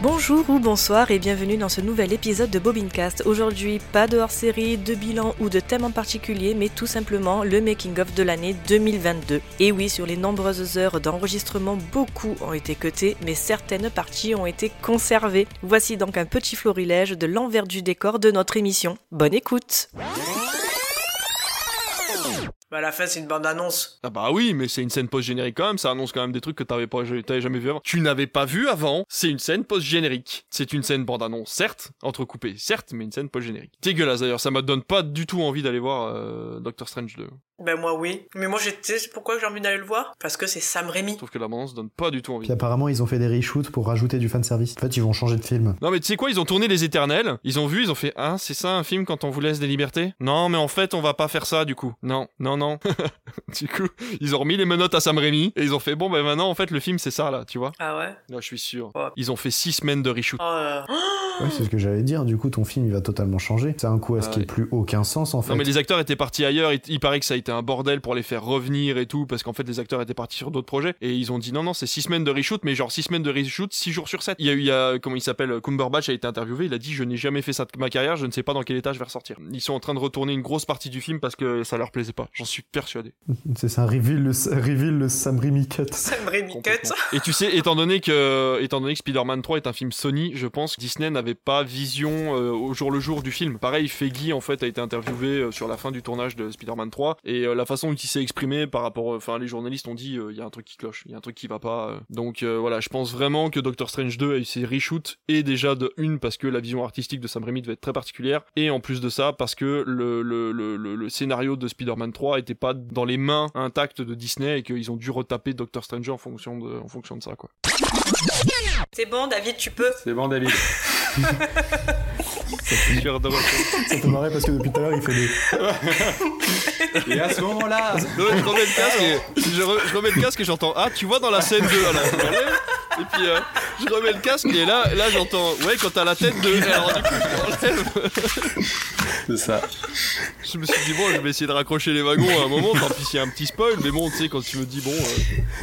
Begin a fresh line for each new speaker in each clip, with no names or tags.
Bonjour ou bonsoir et bienvenue dans ce nouvel épisode de Bobincast. Aujourd'hui, pas de hors-série, de bilan ou de thème en particulier, mais tout simplement le making-of de l'année 2022. Et oui, sur les nombreuses heures d'enregistrement, beaucoup ont été cutées, mais certaines parties ont été conservées. Voici donc un petit florilège de l'envers du décor de notre émission. Bonne écoute
Bah, à la fin, c'est une bande-annonce.
Ah bah oui, mais c'est une scène post-générique quand même, ça annonce quand même des trucs que t'avais pas, t'avais jamais vu avant. Tu n'avais pas vu avant, c'est une scène post-générique. C'est une scène bande-annonce, certes, entrecoupée, certes, mais une scène post-générique. Dégueulasse d'ailleurs, ça me donne pas du tout envie d'aller voir euh, Doctor Strange 2.
Ben, moi, oui. Mais moi, je- tu sais pourquoi j'ai envie d'aller le voir Parce que c'est Sam
Je
Raimi.
trouve que la bande-annonce donne pas du tout envie.
Puis apparemment, ils ont fait des reshoots pour rajouter du fanservice. En fait, ils vont changer de film.
Non mais tu sais quoi, ils ont tourné Les Éternels, ils ont vu, ils ont fait Ah, c'est ça un film quand on vous laisse des libertés Non mais en fait on va pas faire ça du coup. Non, non, non. du coup, ils ont remis les menottes à Sam Raimi et ils ont fait Bon ben maintenant en fait le film c'est ça là, tu vois.
Ah ouais
Là je suis sûr.
Ouais.
Ils ont fait six semaines de reshoot.
Oh là là.
Ah.
Ouais, c'est ce que j'allais dire. Du coup, ton film, il va totalement changer. C'est un coup à ce
Ah
qui
ouais.
est plus aucun sens, en fait.
Non mais les acteurs étaient partis ailleurs, il, il paraît que ça a été un bordel pour les faire revenir et tout, parce qu'en fait les acteurs étaient partis sur d'autres projets, et ils ont dit non non c'est 6 semaines de reshoot, mais genre 6 semaines de reshoot, 6 jours sur 7. Il y a eu, il y a, comment il s'appelle, Cumberbatch a été interviewé, il a dit je n'ai jamais fait ça de ma carrière, je ne sais pas dans quel état je vais ressortir. Ils sont en train de retourner une grosse partie du film parce que ça leur plaisait pas, j'en suis persuadé.
C'est ça, reveal le, reveal le Sam Raimi cut.
Sam Raimi cut.
complètement. Et tu sais, étant donné que, étant donné que Spider-Man 3 est un film Sony, je pense que Disney n'avait pas vision euh, au jour le jour du film. Pareil, Feige en fait a été interviewé euh, sur la fin du tournage de Spider-Man 3 et euh, la façon dont il s'est exprimé par rapport, euh, enfin les journalistes ont dit euh, il y a un truc qui cloche, il y a un truc qui va pas. euh. Donc euh, voilà, je pense vraiment que Doctor Strange 2 a eu ses reshoots et déjà de une parce que la vision artistique de Sam Raimi devait être très particulière et en plus de ça parce que le le, le, le, le scénario de Spider-Man 3 était pas dans les mains intactes de Disney et qu'ils ont dû retaper Doctor Strange en fonction de en fonction de ça quoi.
C'est bon, David, tu peux.
C'est bon David. Et
Ça fait marrer parce que depuis tout à l'heure, il fait des.
à ce moment-là, je remets le casque et je, re- je remets le casque et j'entends ah tu vois dans la scène 2 alors je l'enlève. et puis euh, je remets le casque et là là j'entends ouais quand t'as la tête de alors du coup je l'enlève.
C'est ça.
Je me suis dit, bon, je vais essayer de raccrocher les wagons à un moment, tant pis s'il y a un petit spoil, mais bon, tu sais, quand tu me dis, bon,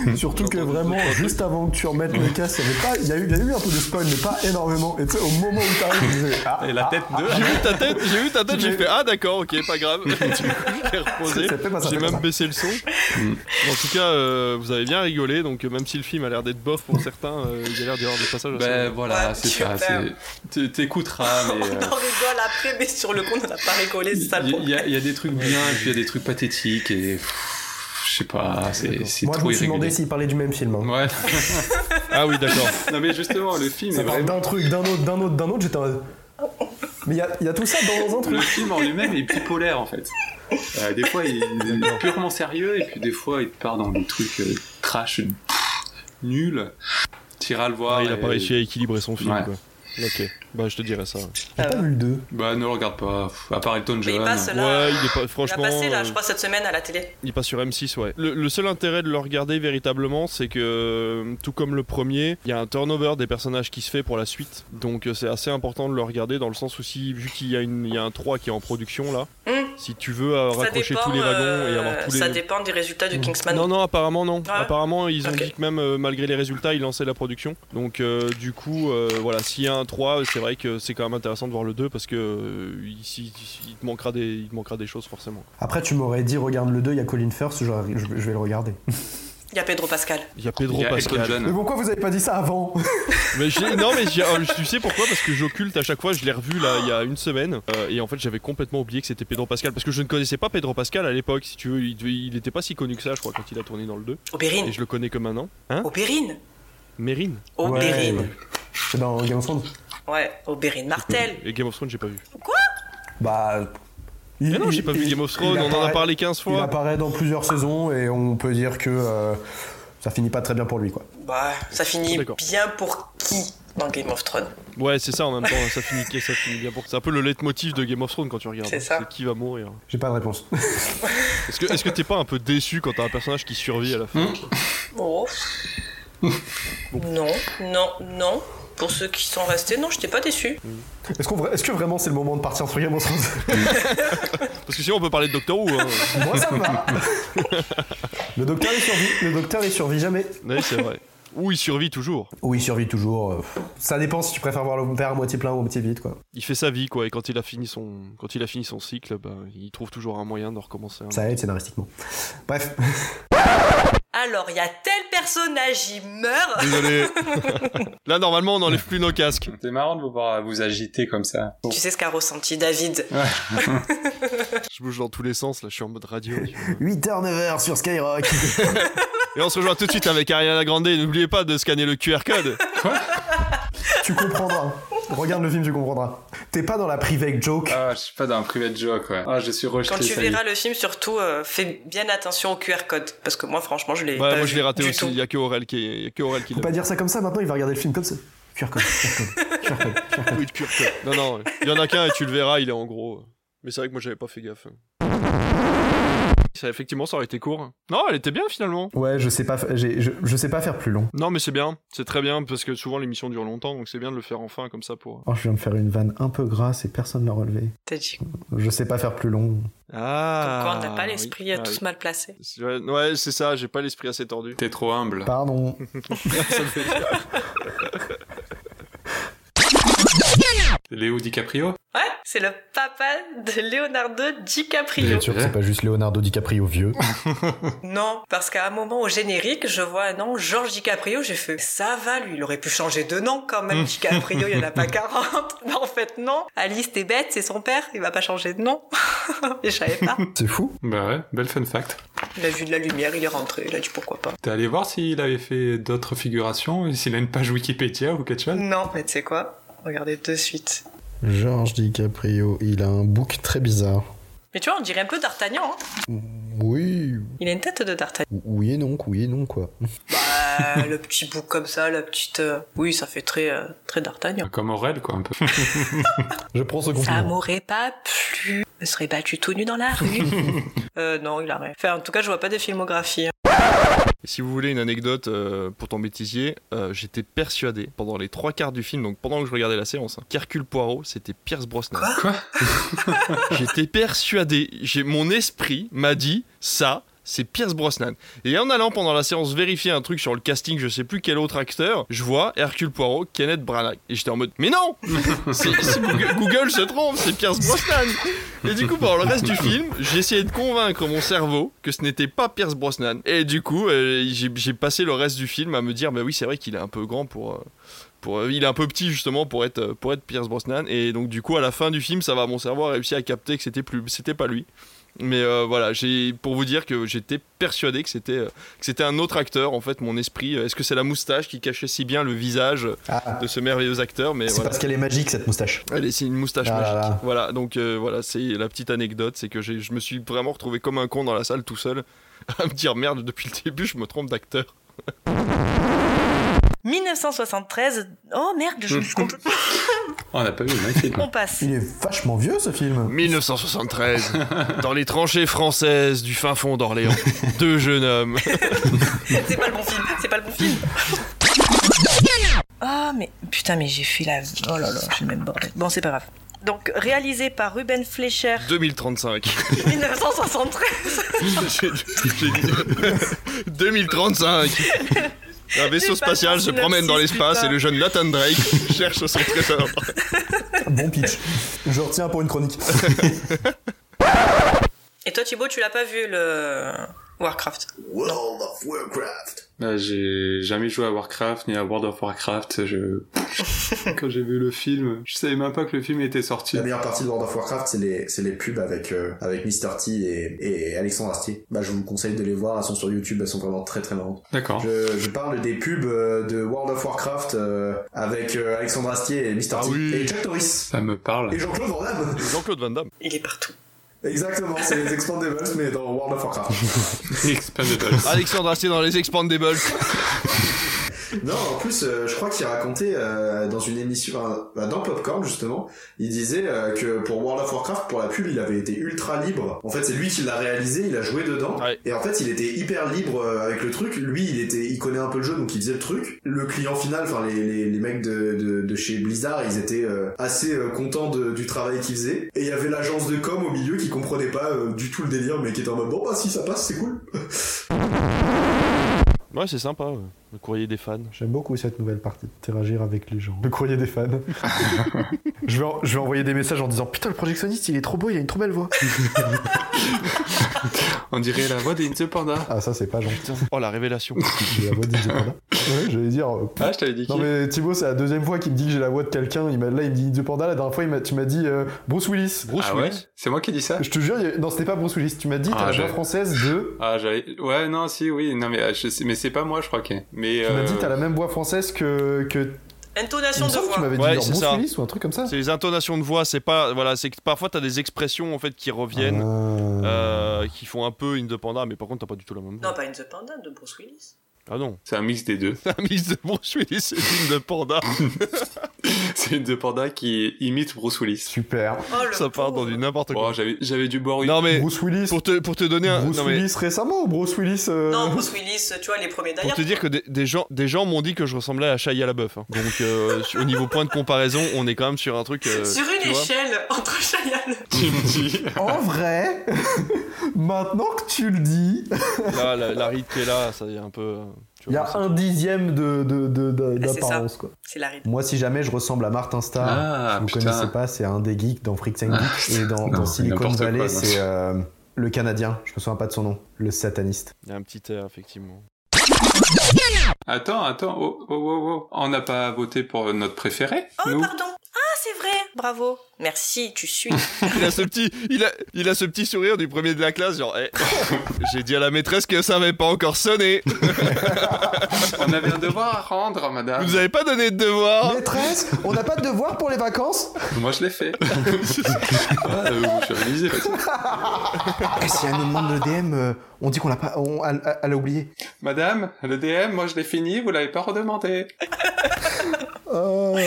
euh,
Surtout que vraiment, juste avant que tu remettes le casque, il y avait pas- il y, a eu- il y a eu un peu de spoil, mais pas énormément. Et tu sais, au moment où t'arrives, tu disais, ah,
Et la tête de.
j'ai vu ta tête, j'ai vu ta tête, j'ai fait, ah d'accord, ok, pas grave. du coup, je l'ai reposé,
Ça fait pas ça, ça
j'ai
fait Mm.
même
pas.
baissé le son. en tout cas, euh, vous avez bien rigolé, donc euh, même si le film a l'air d'être bof pour certains, euh, il a l'air d'y avoir des passages assez...
Ben voilà,
Ouais,
c'est
super.
ça. c'est- tu- T'écouteras, mais.
On en rigole après, mais sur le coup, on n'a pas rigolé, c'est ça le
Il y,
problème.
a- y a des trucs bien, et puis il y a des trucs pathétiques, et. pff, Je sais pas, c'est c'est
Moi, je
trop
me suis
irrégulier.
demandé s'il parlait du même film. hein.
Ouais.
Ah oui, d'accord.
non, mais justement, le film
Ça
est
parle
vraiment.
d'un truc, d'un autre, d'un autre, d'un autre, j'étais en mode. Mais il y a, il y a tout ça dans un
Le
truc.
film en lui-même est bipolaire en fait. Euh, des fois il est purement sérieux et puis des fois il part dans des trucs euh, trash pff, nuls. T'iras le voir.
Ah, il a
et-
pas réussi à équilibrer son film,
Ouais.
quoi. Ok, bah je te dirai ça.
J'ai pas vu le 2.
Bah ne le regarde pas, pff, à part Elton
Mais
John.
il passe là.
Ouais, il est pas,
il a
franchement...
passé là,
euh,
je crois, cette semaine à la télé.
Il passe sur M6, ouais. Le, le seul intérêt de le regarder véritablement, c'est que, euh, tout comme le premier, il y a un turnover des personnages qui se fait pour la suite. Donc euh, c'est assez important de le regarder dans le sens où, si, vu qu'il y, a une- il y a un 3 qui est en production là,
Hum,
si tu veux euh,
ça
raccrocher
dépend.
tous les wagons et avoir
euh,
tous
Ça
les. Hmm.
dépend des résultats du Kingsman.
Non, non, apparemment non.
Ah ouais
Apparemment, ils ont
Ok.
dit que même euh, malgré les résultats, ils lançaient la production. Donc, euh, du coup, euh, voilà, s'il y a un 3, c'est vrai que c'est quand même intéressant de voir le 2 parce que euh, il, il- il te manquera des, il te manquera des choses forcément.
Après, tu m'aurais dit, regarde le 2, il y a Colin Firth, j'aurais- je, je vais le regarder.
Il y a Pedro Pascal.
Il y a
Il
Pedro
y a Elton
Pascal.
Mais
John.
pourquoi vous avez pas dit ça avant
Mais j'ai- non mais j'ai- euh, tu sais pourquoi Parce que j'occulte à chaque fois, je l'ai revu là il y a une semaine euh, et en fait j'avais complètement oublié que c'était Pedro Pascal parce que je ne connaissais pas Pedro Pascal à l'époque si tu veux, il, devait- il était pas si connu que ça je crois quand il a tourné dans le 2 et
Oberyn.
je le connais que maintenant. Hein
Oberyn.
Mérine
Oberyn.
Ouais. C'est dans Game of Thrones
Ouais, Oberyn Martel.
Et Game of Thrones j'ai pas vu.
Bah. Il,
Mais non
il-
j'ai pas vu
il-
Game of
il
Thrones, on en a
apparaît-
parlé 15
Il
fois.
apparaît dans plusieurs saisons et on peut dire que euh, ça finit pas très bien pour lui, quoi.
Bah, ça finit
D'accord.
bien pour qui dans Game of Thrones
Ouais c'est ça en même temps, ça finit, ça finit bien pour... C'est un peu le leitmotiv de Game of Thrones quand tu regardes.
C'est ça.
qui va mourir.
J'ai pas de réponse.
Est-ce que est-ce que t'es pas un peu déçu quand t'as un personnage qui survit à la fin
Oh. non, non, non. Pour ceux qui sont restés, non, je t'ai pas déçu.
Est-ce qu'on vra- est-ce que vraiment c'est le moment de partir sur Game of Thrones
Parce que sinon on peut parler de Doctor Who. Hein.
Moi, ça me va. le docteur est survit. Le docteur est survit jamais.
Ouais, c'est vrai. Où il survit toujours.
Où il survit toujours. euh, pff. Ça dépend si tu préfères voir le verre à moitié plein ou à moitié vide, quoi.
Il fait sa vie, quoi. Et quand il a fini son, quand il a fini son cycle, bah, il trouve toujours un moyen de recommencer. un-
Ça aide scénaristiquement. Bref.
Alors, il y a tel personnage, il meurt.
Désolé. Là, normalement, on n'enlève plus nos casques.
C'est marrant de vous voir vous agiter comme ça.
Oh.
Tu sais ce qu'a ressenti David
Ah, Je bouge dans tous les sens, là, je suis en mode radio.
8h, 9h sur Skyrock.
Et on se rejoint tout de suite avec Ariana Grande. Et N'oubliez pas de scanner le QR code.
tu comprendras. Regarde le film, tu comprendras. T'es pas dans la private joke.
Ah, je suis pas dans un private joke, ouais. Ah, je suis rejeté.
Quand tu
ça y est.
verras le film, surtout, euh, fais bien attention au QR code. Parce que moi, franchement, je l'ai.
Ouais,
pas
moi
vu
je l'ai raté
du
aussi.
tout.
Il y a que Aurel qui, il y a que Aurel qui
Faut
l'a.
pas dire ça comme ça, maintenant il va regarder le film comme ça. QR code, QR code, QR code.
Oui, le QR code. Non, non. Il y en a qu'un et tu le verras. Il est en gros. Mais c'est vrai que moi j'avais pas fait gaffe. Ça, effectivement, ça aurait été court. Non, elle était bien finalement.
Ouais, je sais pas, fa- j'ai- je, je sais pas faire plus long.
Non, mais c'est bien. C'est très bien parce que souvent l'émission dure longtemps, donc c'est bien de le faire enfin comme ça pour.
Oh, je viens de faire une vanne un peu grasse et personne l'a relevée.
T'as dit.
Je sais pas faire plus long.
Ah.
Pourquoi on n'a pas l'esprit euh, tous mal placé
Ouais, ouais, c'est ça. J'ai pas l'esprit assez tordu.
T'es trop humble.
Pardon.
Léo DiCaprio
Ouais, c'est le papa de Leonardo DiCaprio.
Bien
Bien sûr que c'est pas juste Leonardo DiCaprio vieux.
Non, parce qu'à un moment au générique, je vois un nom, Georges DiCaprio, j'ai fait ça va lui, il aurait pu changer de nom quand même, DiCaprio, il y en a pas 40. Mais en fait non, Alice t'es bête, c'est son père, il va pas changer de nom. Et je savais pas.
C'est fou.
Bah ouais, belle fun fact.
Il a vu de la lumière, il est rentré, il a dit pourquoi pas.
T'es allé voir s'il avait fait d'autres figurations, et s'il a une page Wikipédia ou quelque chose
Non, mais tu sais quoi Regardez de suite.
Georges DiCaprio, il a un bouc très bizarre.
Mais tu vois, on dirait un peu D'Artagnan. hein.
Oui,
Il a une tête de D'Artagnan.
oui et non, oui et non quoi.
Bah, le petit bouc comme ça, la petite. euh, Oui, ça fait très, euh, très D'Artagnan.
Ah, Comme Aurel, quoi, un peu.
Je prends ce
Ça
compliment.
m'aurait pas plu. Je Me serais battu tout nu dans la rue. euh, non, il a rien. Enfin, en tout cas, je vois pas de filmographie. hein.
Et Si vous voulez une anecdote euh, pour ton bêtisier, euh, j'étais persuadé pendant les trois quarts du film, donc pendant que je regardais la séance, hein, qu'Hercule Poirot c'était Pierce Brosnan.
Quoi
J'étais persuadé, j'ai mon esprit m'a dit ça. C'est Pierce Brosnan. Et en allant pendant la séance vérifier un truc sur le casting, je sais plus quel autre acteur, je vois Hercule Poirot, Kenneth Branagh. Et j'étais en mode, mais non C'est- c'est Google, Google se trompe, c'est Pierce Brosnan Et du coup, pendant le reste du film, j'ai essayé de convaincre mon cerveau que ce n'était pas Pierce Brosnan. Et du coup, euh, j'ai j'ai passé le reste du film à me dire, bah oui, c'est vrai qu'il est un peu grand pour... euh, pour, euh, il est un peu petit justement pour être, euh, pour être Pierce Brosnan et donc du coup à la fin du film ça va mon cerveau a réussi à capter que c'était plus c'était pas lui mais euh, voilà j'ai pour vous dire que j'étais persuadé que c'était euh, que c'était un autre acteur en fait mon esprit Euh, est-ce que c'est la moustache qui cachait si bien le visage
Ah,
de ce merveilleux acteur mais
c'est
voilà
parce qu'elle est magique cette moustache.
Allez, c'est une moustache
Ah là
magique.
là.
Voilà, donc euh, voilà, c'est la petite anecdote, c'est que j'ai- je me suis vraiment retrouvé comme un con dans la salle tout seul à me dire merde depuis le début, je me trompe d'acteur.
1973. Oh merde, je me suis compl-
On n'a pas vu le même film.
On passe.
Il est vachement vieux ce film.
1973, dans les tranchées françaises du fin fond d'Orléans, deux jeunes hommes.
C'est pas le bon film. C'est pas le bon film.
Ah, mais putain, mais j'ai fait la. Oh là là, j'ai même bordé. Bon, c'est pas grave. Donc, réalisé par Ruben Fleischer,
2035.
1973.
J'ai- j'ai dit- 2035. Un vaisseau
J'ai pas
spatial
de
se promène dans
synopsis,
l'espace
putain.
et le jeune Nathan Drake cherche son trésor.
Bon pitch. Je retiens pour une chronique.
Et toi, Thibaut, tu l'as pas vu le Warcraft
World of Warcraft.
Bah, j'ai jamais joué à Warcraft ni à World of Warcraft. Je... Quand j'ai vu le film, je savais même pas que le film était sorti.
La meilleure partie de World of Warcraft, c'est les, c'est les pubs avec, euh, avec Mr. T et, et Alexandre Astier. Bah, je vous conseille de les voir, elles sont sur YouTube, elles sont vraiment très très marrantes.
Oh.
D'accord.
Je, je parle des pubs euh, de World of Warcraft euh, avec euh, Alexandre Astier et Mr.
Ah
T
oui.
et Chuck Norris.
Ça me parle.
Et Jean-Claude Van Damme.
Jean-Claude Van Damme.
Il est partout.
Exactement, c'est les Expandables, mais dans World of Warcraft.
Expendables.
Alexandre Astier dans les Expandables.
Non, en plus, euh, je crois qu'il racontait euh, dans une émission, enfin, bah, dans Popcorn justement, il disait euh, que pour World of Warcraft, pour la pub, il avait été ultra libre. En fait, c'est lui qui l'a réalisé, il a joué dedans,
Ouais.
et en fait, il était hyper libre euh, avec le truc. Lui, il était, il connaît un peu le jeu, donc il faisait le truc. Le client final, enfin les, les, les mecs de, de, de chez Blizzard, ils étaient euh, assez euh, contents de- du travail qu'ils faisaient. Et il y avait l'agence de com au milieu qui comprenait pas euh, du tout le délire, mais qui était en mode bon bah si ça passe, c'est cool.
Ouais, c'est sympa. ouais. Le courrier des fans.
J'aime beaucoup cette nouvelle partie, interagir avec les gens. Le courrier des fans. je, vais en- je vais envoyer des messages en disant Putain, le projectionniste, il est trop beau, il a une trop belle voix.
On dirait la voix des Into Panda.
ah, ça, c'est pas gentil.
Oh la révélation.
J'ai la voix de DJ Panda. Ouais, j'allais dire. euh,
Ah, je t'avais dit qui
Non, mais Thibaut, c'est la deuxième fois qu'il me dit que j'ai la voix de quelqu'un. Il m'a- Là, il me dit DJ Panda. La dernière fois, il m'a- tu m'as dit euh, Bruce Willis.
Bruce
Ah ouais
Willis.
C'est moi qui ai dit ça
Je te jure, il y a- non, c'était pas Bruce Willis. Tu m'as dit T'as
Ah,
la voix
j'ai-
française de.
Ah, j'avais. Ouais, non, si, oui. Non, mais, euh, je sais- mais c'est pas moi, je crois que. Mais.
Tu m'as
euh,
dit T'as la même voix française que. que... Il
Intonation
me
de
semble que tu
voix.
m'avais dit
Ouais,
genre,
c'est
Bruce
ça.
Willis ou un truc comme ça.
C'est les intonations de voix, c'est pas voilà, c'est que parfois t'as des expressions en fait qui reviennent
Ah.
euh, qui font un peu une de panda, mais par contre t'as pas du tout la même voix.
Non, pas In the Panda, de Bruce Willis.
Ah non,
C'est un mix des deux.
t'as mis de Bruce Willis et une de panda,
C'est Into Panda qui imite Bruce Willis.
Super.
Oh, le
ça part dans
pauvre.
du n'importe quoi.
Oh, j'avais j'avais dû boire une.
Non mais
Bruce Willis.
pour te pour te donner un
Bruce
non, mais,
Willis récemment ou Bruce Willis euh,
Non, Bruce Willis, tu vois, les premiers
pour
d'ailleurs.
te dire que des, des gens des gens m'ont dit que je ressemblais à Shia LaBeouf. hein. Donc euh, sur- au niveau point de comparaison, on est quand même sur un truc. euh,
Sur une
tu vois.
échelle entre Cheyenne.
Tu me dis.
En vrai, maintenant que tu le dis,
Là, la, la ride qui est là, ça y est un peu. euh, tu
il y
vois,
a
c'est-
un dixième de, de- de- de-
Ah, c'est
d'apparence. quoi.
C'est la ride.
Moi, si jamais je ressemble à Martin Starr,
Ah,
si vous
putain. Ah.
connaissez pas, c'est un des geeks dans Freaks and Geeks et dans,
non,
dans Silicon
n'importe quoi,
Valley,
non.
c'est euh, le Canadien. Je me souviens pas de son nom, le sataniste.
il y a un petit air effectivement.
Attends, attends. Oh, oh, oh, oh. On n'a pas voté pour notre préféré
Oh,
Nous
pardon. Ah, c'est vrai. Bravo. Merci, tu suis.
Il a ce petit, il a, il a ce petit sourire du premier de la classe, genre, Eh, j'ai dit à la maîtresse que ça avait pas encore sonné.
On avait un devoir à rendre, madame.
Vous nous avez pas donné de
Oh.
devoir.
Maîtresse, on n'a pas de devoir pour les vacances
Moi, je l'ai fait. ah, euh, je suis révisé.
Et Eh, si elle nous demande le DM, euh, on dit qu'on l'a pas, on- elle, elle a oublié.
Madame, le DM, moi, je l'ai fini. Vous l'avez pas redemandé.
oh,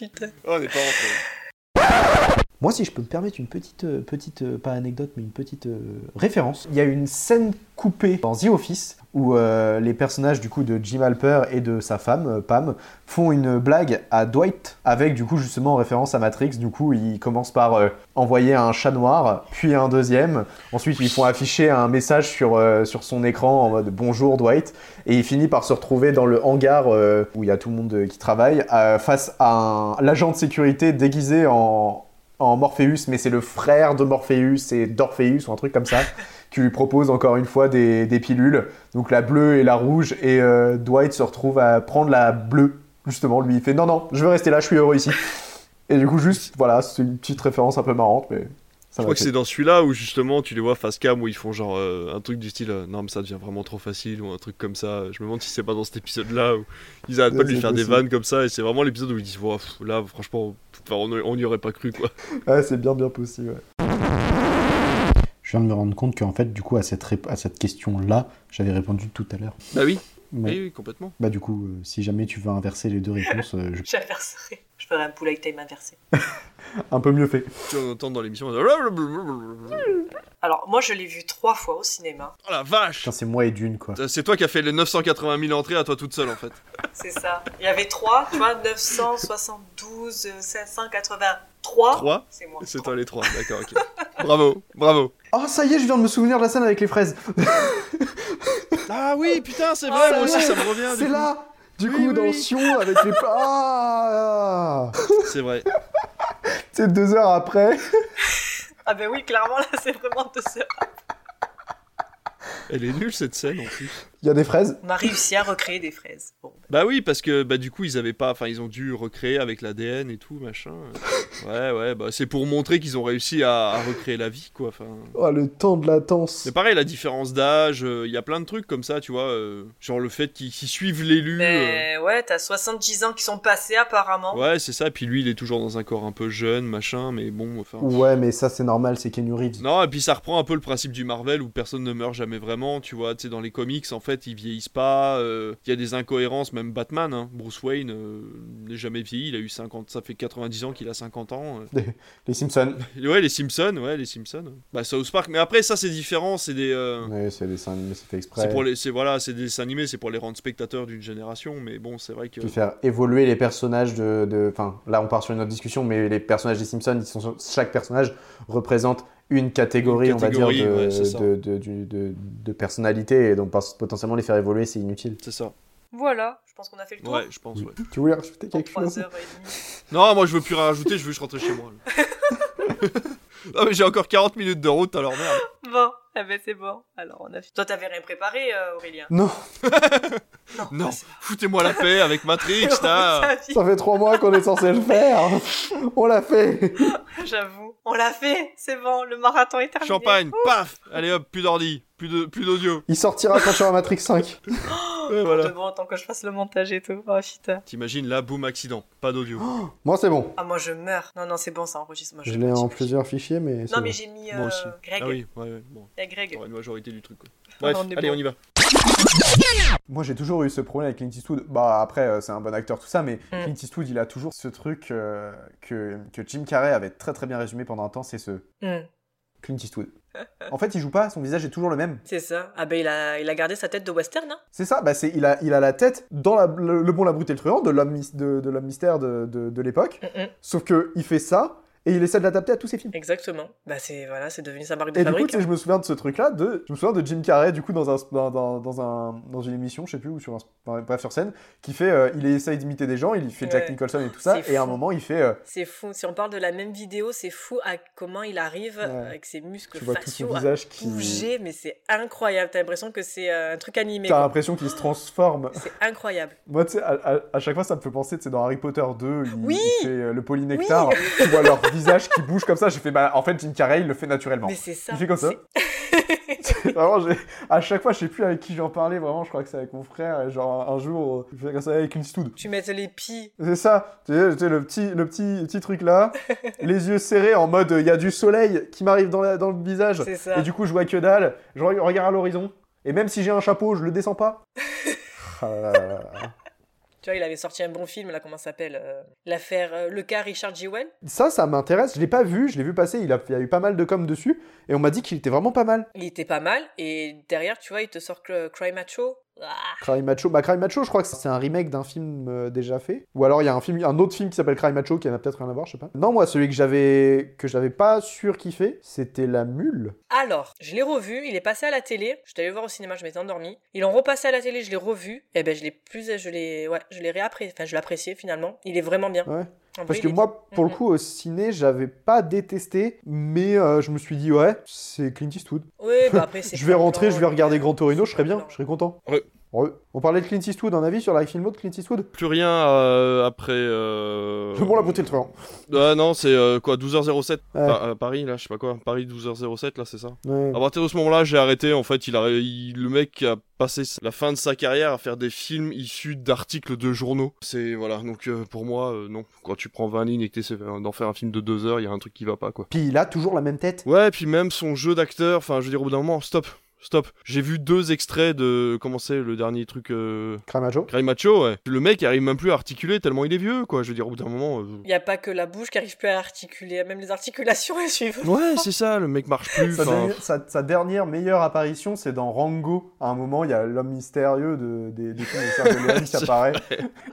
putain.
Oh, on est pas rentré.
Moi, si je peux me permettre une petite, euh, petite euh, pas anecdote, mais une petite euh, référence, il y a une scène coupée dans The Office où euh, les personnages du coup de Jim Halper et de sa femme euh, Pam font une blague à Dwight avec du coup justement en référence à Matrix. Du coup, ils commencent par euh, envoyer un chat noir, puis un deuxième. Ensuite, ils font afficher un message sur, euh, sur son écran en mode bonjour Dwight, et il finit par se retrouver dans le hangar euh, où il y a tout le monde euh, qui travaille euh, face à un- l'agent de sécurité déguisé en en Morpheus, mais c'est le frère de Morpheus, c'est d'Orpheus ou un truc comme ça, qui lui propose encore une fois des, des pilules. Donc la bleue et la rouge, et euh, Dwight se retrouve à prendre la bleue, justement. Lui, il fait non, non, je veux rester là, je suis heureux ici. Et du coup, juste, voilà, c'est une petite référence un peu marrante, mais
Je
ça m'a
crois que
fait.
c'est dans celui-là où justement tu les vois face cam où ils font genre euh, un truc du style euh, non mais ça devient vraiment trop facile ou un truc comme ça. Je me demande si c'est pas dans cet épisode-là où ils arrêtent
Ouais,
pas de lui
c'est
faire des
possible.
vannes comme ça et c'est vraiment l'épisode où ils disent Ouah, pff, là franchement enfin, on on n'y aurait pas cru quoi.
Ouais, c'est bien, bien possible. ouais.
Je viens de me rendre compte qu'en fait, du coup, à cette, rép- à cette question-là, j'avais répondu tout à l'heure.
Bah oui.
Ouais.
Eh
Oui, oui complètement.
Bah, du coup, euh, si jamais tu veux inverser les deux réponses, euh, je...
J'inverserai. Je ferai un poulet time inversé.
Un peu mieux fait.
Tu en entends dans l'émission. Oh
Alors, moi, je l'ai vu trois fois au cinéma.
la vache. Euh,
Putain, c'est moi et Dune, quoi.
C'est toi qui as fait les 980 000 entrées à toi toute seule en fait.
C'est ça. Il y avait trois, tu vois, 972, euh, 583.
3
C'est moi.
C'est toi
Trois.
les 3, d'accord, ok. Bravo, bravo.
Oh, ça y est, je viens de me souvenir de la scène avec les fraises.
Ah oui, putain, c'est
vrai, Ah, moi ça aussi, y est, ça
me revient.
C'est là Du
Oui,
coup,
oui,
dans
oui.
Sion, avec les... Ah
C'est vrai.
C'est deux heures après.
Ah, ben oui, clairement, là, c'est vraiment de ça.
Elle est nulle cette scène en plus.
Il y a des fraises.
On a réussi à recréer des fraises. Bon.
Bah oui, parce que bah du coup ils avaient pas, enfin ils ont dû recréer avec l'ADN et tout machin. Ouais ouais, bah c'est pour montrer qu'ils ont réussi à, à recréer la vie quoi. Enfin.
Oh, le temps de latence.
C'est pareil la différence d'âge, euh, il y a plein de trucs comme ça, tu vois, euh, genre le fait qu'ils qu'ils suivent l'élu. euh,
Mais Eh ouais, t'as 70 ans qui sont passés apparemment.
Ouais c'est ça. Puis lui il est toujours dans un corps un peu jeune machin, mais bon. Enfin.
Ouais, mais ça, c'est normal, c'est Keanu Reeves.
Non, et puis ça reprend un peu le principe du Marvel où personne ne meurt jamais vraiment, tu vois. Tu sais, dans les comics, en fait, ils vieillissent pas. euh, Il y a des incohérences, même Batman, hein. Bruce Wayne euh, n'est jamais vieilli, il a eu 50, ça fait 90 ans qu'il a 50 ans. euh.
Les Simpsons.
Ouais, les Simpsons, ouais, les Simpsons. Bah, South Park, mais après, ça, c'est différent, c'est des. euh,
Ouais, c'est des animés, c'est fait exprès.
C'est pour les, c'est voilà, c'est des dessins animés, c'est pour les rendre spectateurs d'une génération, mais bon, c'est vrai que.
de faire évoluer les personnages de, de- Enfin, là, on part sur une autre discussion, mais les personnages des Simpsons, ils sont, chaque personnage représente une catégorie,
Une catégorie,
on va dire, de,
ouais, c'est ça.
de, de- du- de- de personnalité. Et donc, par- potentiellement, les faire évoluer, c'est inutile.
C'est ça.
Voilà, je pense qu'on a fait le tour.
Ouais, je pense, ouais.
Tu voulais rajouter
Pour
quelque chose
3h30.
Non, moi je veux plus rien rajouter, je veux juste rentrer chez moi. ah, mais j'ai encore 40 minutes de route alors merde.
Bon, ah ben c'est bon. Alors, on a fait... Toi, t'avais rien préparé, euh, Aurélien
Non,
Bah,
Non, foutez-moi la paix avec Matrix là.
Ta vie,
ça fait trois mois qu'on est censé le faire. On l'a fait.
J'avoue. On l'a fait, c'est bon, le marathon est terminé.
Champagne, paf Allez hop, plus d'ordi, plus de plus d'audio.
Il sortira quand tu auras Matrix 5.
Ouais,
Voilà.
voilà.
Bon, tant que je fasse le montage et tout. Oh putain.
T'imagines là, boum, accident, pas d'audio.
Moi, c'est bon.
Ah, moi je meurs. Non, non, c'est bon, ça enregistre. Moi, je,
Je l'ai
meurs.
en plusieurs fichiers, mais c'est
Non,
bon.
mais j'ai mis euh,
Moi aussi.
Greg.
Ah oui, ouais, ouais, bon,
Il y a Greg.
t'auras une majorité du truc quoi.
Ah,
Bref,
on est
allez,
bon.
on y va.
Moi, j'ai toujours eu ce problème avec Clint Eastwood. Bah, après, euh, c'est un bon acteur, tout ça, mais
Mm.
Clint Eastwood, il a toujours ce truc euh, que, que Jim Carrey avait très très bien résumé pendant un temps, c'est ce
Hmm,
Clint Eastwood. En fait, il joue pas, son visage est toujours le même.
c'est ça. Ah ben il a, il a gardé sa tête de western, hein
C'est ça, bah c'est, il, a, il a la tête dans la- le, le bon, la brute et le truand de l'homme mys- de, de l'homme mystère de, de- de l'époque,
Mm, mm,
sauf que il fait ça et il essaie de l'adapter à tous ses films.
Exactement. Bah c'est voilà, c'est devenu sa marque de
Et du coup,
fabrique.
tu sais, je me souviens de ce truc-là, de... je me souviens de Jim Carrey, du coup, dans, un, dans, dans, dans un, dans une émission, je sais plus, ou sur un, enfin, bref, sur scène, qui fait, euh, il essaye d'imiter des gens, il fait Jack
Ouais.
Nicholson et tout ça,
C'est
et à un
fou.
moment, il fait, euh,
c'est fou. Si on parle de la même vidéo, c'est fou à comment il arrive
Ouais.
avec ses muscles
tu vois tout son
faciaux à
visage qui...
bouger, mais c'est incroyable. T'as l'impression que c'est euh, un truc animé.
T'as
quoi.
l'impression qu'il se transforme.
C'est incroyable.
Moi, tu sais, à, à- à chaque fois, ça me fait penser, tu sais, dans Harry Potter 2, il,
Oui
il fait euh, le polynectar, tu vois leur visage qui bouge comme ça, j'ai fait, bah, en fait, Jim Carrey, il le fait naturellement.
Mais c'est ça.
Il fait comme ça. vraiment, j'ai- à chaque fois, je sais plus avec qui j'en parlais, vraiment, je crois que c'est avec mon frère, et genre, un jour, euh, je fais comme ça avec une Eastwood.
Tu mets les pieds.
C'est ça, tu sais, tu sais, le petit, le petit, petit truc là, les yeux serrés en mode il y a du soleil qui m'arrive dans, la- dans le visage,
C'est ça.
et du coup je vois que dalle, je re- regarde à l'horizon, et même si j'ai un chapeau, je le descends pas. Ah là là là là.
Tu vois, il avait sorti un bon film, là, comment ça s'appelle euh, L'affaire euh, Le cas Richard Jewell.
ça, ça m'intéresse, je l'ai pas vu, je l'ai vu passer, il, a, il y a eu pas mal de com dessus, et on m'a dit qu'il était vraiment pas mal.
Il était pas mal. Et derrière, tu vois, il te sort que Cry Macho. Ah,
Cry Macho, bah Cry Macho, je crois que c'est un remake d'un film euh, déjà fait, ou alors il y a un, film, un autre film qui s'appelle Cry Macho qui en a peut-être rien à voir, je sais pas. Non, moi, celui que j'avais, que j'avais pas surkiffé, c'était La Mule.
Alors, je l'ai revu, il est passé à la télé. Je suis allée le voir au cinéma, je m'étais endormie. Ils l'ont repassé à la télé, je l'ai revu. Et ben, je l'ai plus. Je l'ai. Ouais, je l'ai réappré. Enfin, je l'ai apprécié finalement. Il est vraiment bien.
Ouais.
En vrai,
Parce
il
que
est-
moi, pour le
Mhm.
coup, au ciné, j'avais pas détesté, mais euh, je me suis dit, ouais, c'est Clint Eastwood.
Ouais, bah après, c'est
Je vais
pas
rentrer,
blanc,
je vais regarder
euh,
Grand Torino, je serais
c'est
bien,
blanc.
je serais content.
Ouais.
Ouais. On parlait de Clint Eastwood, un avis sur la film de Clint Eastwood
Plus rien euh, après. Euh...
Le bon, la beauté, le truand.
Ah non, c'est euh, quoi, 12h07
Ouais.
à, à euh, Paris là, je sais pas quoi, Paris 12h07 là, c'est ça
Ouais.
À partir de ce moment-là, j'ai arrêté. En fait, il a, il- le mec a passé la fin de sa carrière à faire des films issus d'articles de journaux. C'est voilà. Donc euh, pour moi, euh, non. Quand tu prends 20 lignes et que t'essaies d'en faire un film de deux heures, il y a un truc qui va pas quoi.
Puis il a toujours la même tête.
Ouais, puis même son jeu d'acteur. Enfin, je veux dire, au bout d'un moment, stop, stop. J'ai vu deux extraits de comment c'est le dernier truc. Euh...
Cramacho.
Macho, ouais. Le mec il arrive même plus à articuler tellement il est vieux, quoi. Je veux dire, au bout d'un moment. euh,
Il n'y a pas que la bouche qui arrive plus à articuler, même les articulations, elles suivent.
Ouais, c'est ça, le mec marche plus.
Sa,
enfin,
dernière- sa- sa dernière meilleure apparition, c'est dans Rango. À un moment, il y a l'homme mystérieux de, des, des films de Sergio Leone qui
C'est
apparaît.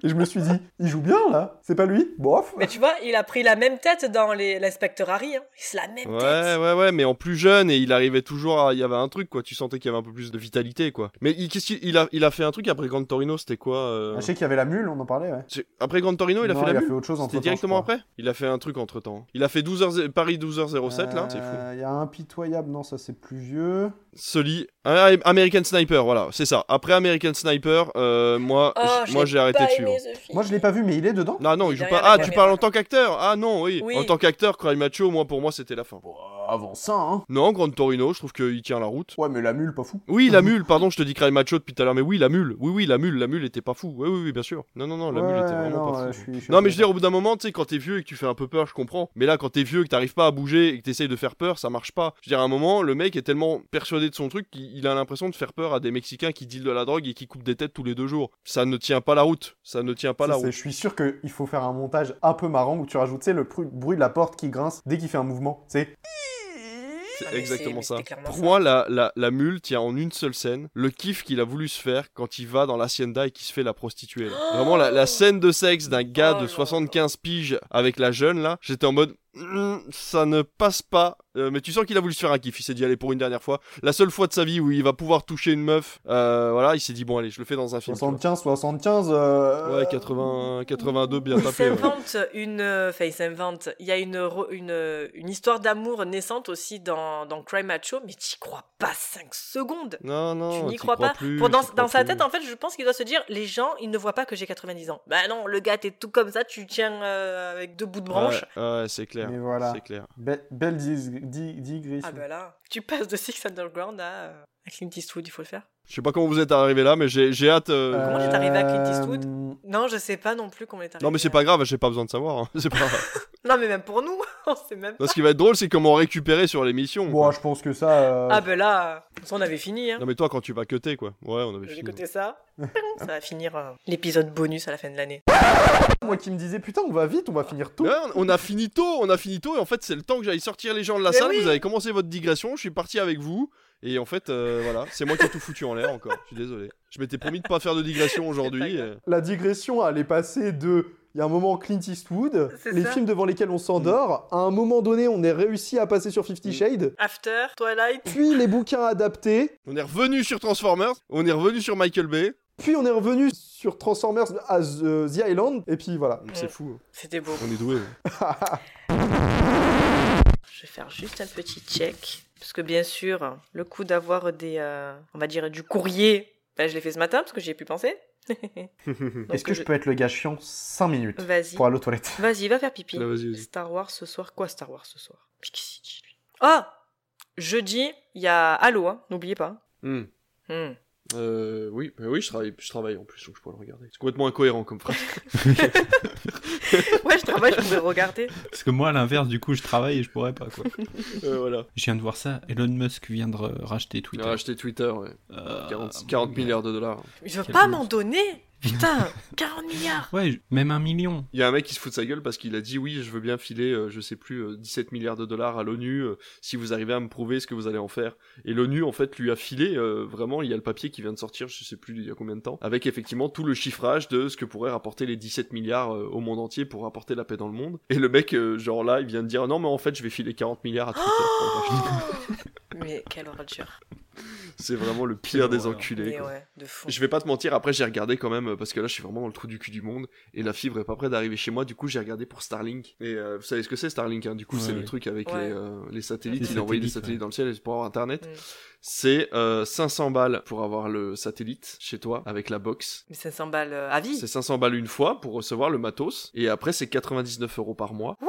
Et je me suis dit, il joue bien là C'est pas lui Bof
Mais tu vois, il a pris la même tête dans les- l'inspecteur Harry. Hein. C'est la même
Ouais,
tête.
ouais, ouais, mais en plus jeune, et il arrivait toujours à. Il y avait un truc, quoi. Tu sentais qu'il y avait un peu plus de vitalité, quoi. Mais il, qu'est-ce qu'il- il a, il a fait un truc après Grand Torino, c'était quoi euh,
Ah, Je sais qu'il y avait la mule, on en parlait, ouais.
c'est- Après Grand Torino, il a
Non,
fait la
il a
mule
fait autre chose entre
C'était directement après Il a fait un truc entre temps. Il a fait 12h, Paris 12h07, là, c'est fou.
Il Euh, y a Impitoyable, non, ça c'est plus vieux.
Sully. Ah, American Sniper, voilà, c'est ça. Après American Sniper, euh, moi,
Oh,
j- moi j'ai arrêté hein.
pas
de suivre.
aimé ce film.
Moi je l'ai pas vu, mais il est dedans.
Non, non, il joue
Derrière
pas. Ah,
la
tu
caméra.
parles en tant qu'acteur Ah non, oui.
Oui.
En tant qu'acteur, Cry Macho, moi, pour moi, c'était la fin.
Bah,
avant ça, hein.
Non, Grand Torino, je trouve qu'il tient la route.
Ouais, mais la mule, pas fou.
Oui, la mule, pardon, je te dis Cry Macho depuis tout à l'heure, mais oui, la mule, oui, oui, la mule, la mule était pas fou. Oui, oui, oui, bien sûr. Non, non, non, Oh, la mule était vraiment
non,
pas
ouais,
fou.
je suis- je suis
Non, mais je veux dire,
d'accord.
au bout d'un moment, tu sais, quand t'es vieux et que tu fais un peu peur, je comprends. Mais là, quand t'es vieux et que t'arrives pas à bouger et que t'essayes de faire peur, ça marche pas. Je veux dire, à un moment, le mec est tellement persuadé de son truc qu'il il a l'impression de faire peur à des Mexicains qui dealent de la drogue et qui coupent des têtes tous les deux jours. Ça ne tient pas la route. Ça ne tient pas la
Ça, c'est-
route.
Je suis sûr qu'il faut faire un montage un peu marrant où tu rajoutes tu sais, le pru- bruit de la porte qui grince dès qu'il fait un mouvement. C'est
C'est
Ah, mais c'est-
exactement
mais
ça.
c'était clairement
Pour
ça.
moi, la, la, la mule tient en une seule scène le kiff qu'il a voulu se faire quand il va dans l'hacienda et qu'il se fait la prostituée. là.
Oh
Vraiment, la, la scène de sexe d'un gars
Oh là
de
là.
75 piges avec la jeune, là, j'étais en mode, Mm, ça Hmm, ne passe pas Euh, mais tu sens qu'il a voulu se faire un kiff. Il s'est dit, allez, pour une dernière fois, la seule fois de sa vie où il va pouvoir toucher une meuf, euh, voilà, il s'est dit, bon, allez, je le fais dans un film. tu vois.
75, 75. euh,
Ouais, 80, 82, bien
Il
tapé. ouais.
s'invente une. euh, Enfin, il s'invente. Il y a une, re- une, une histoire d'amour naissante aussi dans, dans Cry Macho, mais t'y crois pas 5 secondes.
Non, non,
tu n'y
t'y
crois pas.
plus,
Pour dans
t'y
dans
crois
sa
plus.
tête, en fait, je pense qu'il doit se dire les gens, ils ne voient pas que j'ai 90 ans. Bah non, le gars, t'es tout comme ça, tu tiens euh, avec deux bouts de branche.
Ouais, ouais, c'est clair.
Mais voilà.
C'est clair.
Be- belle dis- di- digression.
Ah bah là, tu passes de Six Underground à, euh, à Clint Eastwood, il faut le faire.
Je sais pas comment vous êtes arrivé là, mais j'ai j'ai hâte. euh,
comment on est arrivé à Clint Eastwood
Euh,
Non, je sais pas non plus comment il est arrivé.
Non, mais c'est
à-
pas grave, j'ai pas besoin de savoir. hein. C'est pas
Non, mais même pour nous, on sait même pas.
Non, ce qui va être drôle, c'est comment récupérer sur l'émission.
Bon,
quoi.
je pense que ça. euh,
Ah bah là, on avait fini. Hein.
Non, mais toi, quand tu vas cutter, quoi. Ouais, on avait
J'ai
fini.
écouté ça. ça va finir euh, l'épisode bonus à la fin de l'année.
Moi qui me disais, putain, on va vite, on va finir tout.
Ouais, on a fini tôt, on a fini tôt, et en fait, c'est le temps que j'aille sortir les gens de la
Mais
salle.
oui.
Vous avez commencé votre digression, je suis parti avec vous, et en fait, euh, voilà, c'est moi qui ai tout foutu en l'air encore. Je suis désolé. Je m'étais promis de pas faire de digression aujourd'hui.
grave.
et-
La digression, elle est passée de. Il y a un moment Clint Eastwood,
C'est
les
ça.
films devant lesquels on s'endort. À un moment donné, on est réussi à passer sur
Mm.
Fifty Shades.
After, Twilight.
Puis les bouquins adaptés.
On est revenu sur Transformers, on est revenu sur Michael Bay.
Puis on est revenu sur Transformers à The, euh, The Island. Et puis voilà.
C'est fou, hein.
C'était beau.
on est doué. hein.
Je vais faire juste un petit check. Parce que bien sûr, le coup d'avoir des. euh, on va dire du courrier. Ben, je l'ai fait ce matin parce que j'y ai pu penser. Donc,
Est-ce que je peux être le gars chiant 5
Euh,
minutes
Vas-y.
pour aller aux toilettes
Vas-y, va faire pipi.
Là, vas-y, vas-y.
Star Wars ce soir. Quoi, Star Wars ce soir Mais qu'est-ce qu'il dit, lui Ah Jeudi, il y a Halo, hein, n'oubliez pas.
Hmm.
Hmm.
Euh, oui, mais oui, je travaille, je travaille en plus, donc je pourrais le regarder. C'est complètement incohérent comme phrase.
Ouais, je travaille, je pourrais regarder.
Parce que moi, à l'inverse, du coup, je travaille et je pourrais pas, quoi.
Euh, voilà.
Je viens de voir ça. Elon Musk vient de euh, racheter
Il
Twitter.
a racheté Twitter, ouais.
Euh,
40, 40 milliards de dollars.
Il veut
Quel
pas
monstre.
m'en donner Putain 40 milliards
Ouais, je- même un million.
Il y a un mec qui se fout de sa gueule parce qu'il a dit oui, je veux bien filer, euh, je sais plus, euh, 17 milliards de dollars à l'ONU euh, si vous arrivez à me prouver ce que vous allez en faire. Et l'ONU, en fait, lui a filé, euh, vraiment, il y a le papier qui vient de sortir, je sais plus il y a combien de temps, avec effectivement tout le chiffrage de ce que pourraient rapporter les 17 milliards euh, au monde entier pour apporter la paix dans le monde. Et le mec, euh, genre là, il vient de dire non, mais en fait, je vais filer 40 milliards à Twitter. pour le racheter.
Mais quelle ordure.
C'est vraiment le pire
Quelle
des
horreur.
enculés.
Mais
quoi.
ouais, de fou.
Je vais pas te mentir, après j'ai regardé quand même, euh, parce que là je suis vraiment dans le trou du cul du monde, et la fibre est pas près d'arriver chez moi, du coup j'ai regardé pour Starlink. Et euh, vous savez ce que c'est Starlink, hein, du coup
Ouais,
c'est le
ouais.
truc avec
Ouais.
les, euh, les satellites,
Les
il a envoyé des
satellites,
satellites
ouais.
dans le ciel pour avoir internet.
Mm.
C'est euh, 500 balles pour avoir le satellite chez toi avec la box.
Mais 500 balles euh, à vie
C'est 500 balles une fois pour recevoir le matos, et après c'est 99 euros par mois. What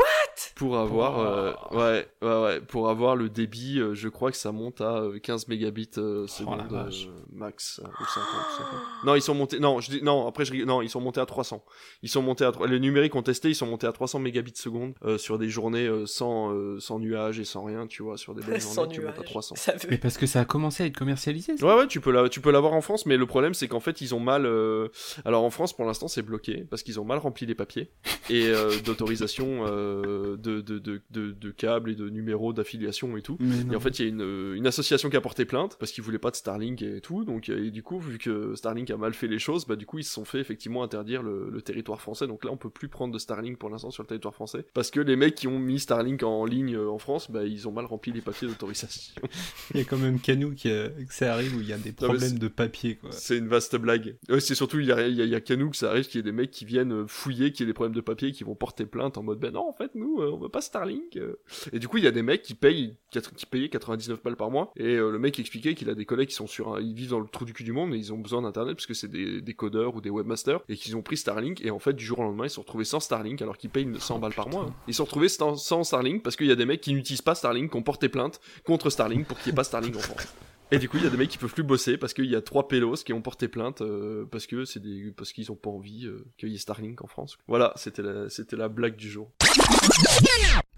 Pour avoir, euh, ouais, ouais, ouais, pour avoir le débit, euh, je crois que ça monte à euh, 15 mégabits euh, seconde
Oh la vache.
euh, max. euh, ou 50, je sais pas. Non, ils sont montés. Non, je dis non. Après, je rig- non, ils sont montés à 300. Ils sont montés à tro- les numériques ont testé. Ils sont montés à 300 mégabits seconde euh, sur des journées euh, sans euh, sans nuages et sans rien. Tu vois, sur des bonnes
Sans
journées, tu montes à
nuage.
300.
Ça veut...
Mais parce que ça a commencé à être commercialisé. ça.
Ouais ouais tu peux la, tu peux l'avoir en France mais le problème c'est qu'en fait ils ont mal euh, alors en France pour l'instant c'est bloqué parce qu'ils ont mal rempli les papiers et euh, d'autorisation euh, de, de, de, de, de câbles et de numéros d'affiliation et tout
Mais non.
et en fait, il y a une, euh, une association qui a porté plainte parce qu'ils voulaient pas de Starlink et tout. Donc, euh, et du coup, vu que Starlink a mal fait les choses, bah du coup, ils se sont fait effectivement interdire le, le territoire français. Donc là, on peut plus prendre de Starlink pour l'instant sur le territoire français parce que les mecs qui ont mis Starlink en ligne euh, en France, bah ils ont mal rempli les papiers d'autorisation.
il y a quand même Canou qui a- que ça arrive où il y a des
mais c'est-
problèmes de papier, quoi.
C'est une vaste blague. Ouais, c'est surtout il y a, il y, a, il y a qu'à nous que ça arrive qu'il y ait des mecs qui viennent euh, fouiller, qu'il y ait des problèmes de papier, qui vont porter plainte en mode ben non en fait nous euh, on veut pas Starlink. euh. Et du coup il y a des mecs qui payent quatre- qui payaient 99 balles par mois et euh, le mec expliquait qu'il a des collègues qui sont sur un- ils vivent dans le trou du cul du monde et ils ont besoin d'internet parce que c'est des, des codeurs ou des webmasters et qu'ils ont pris Starlink et en fait du jour au lendemain ils se sont retrouvés sans Starlink alors qu'ils payent 100 balles par mois. Ils se sont retrouvés sans, sans Starlink parce qu'il y a des mecs qui n'utilisent pas Starlink, qui ont porté plainte contre Starlink pour qu'il n'y ait pas Starlink en France. Et du coup, il y a des mecs qui peuvent plus bosser parce qu'il y a trois pélos qui ont porté plainte euh, parce que c'est des parce qu'ils ont pas envie euh, qu'il y ait Starlink en France. Voilà, c'était la c'était la blague du jour.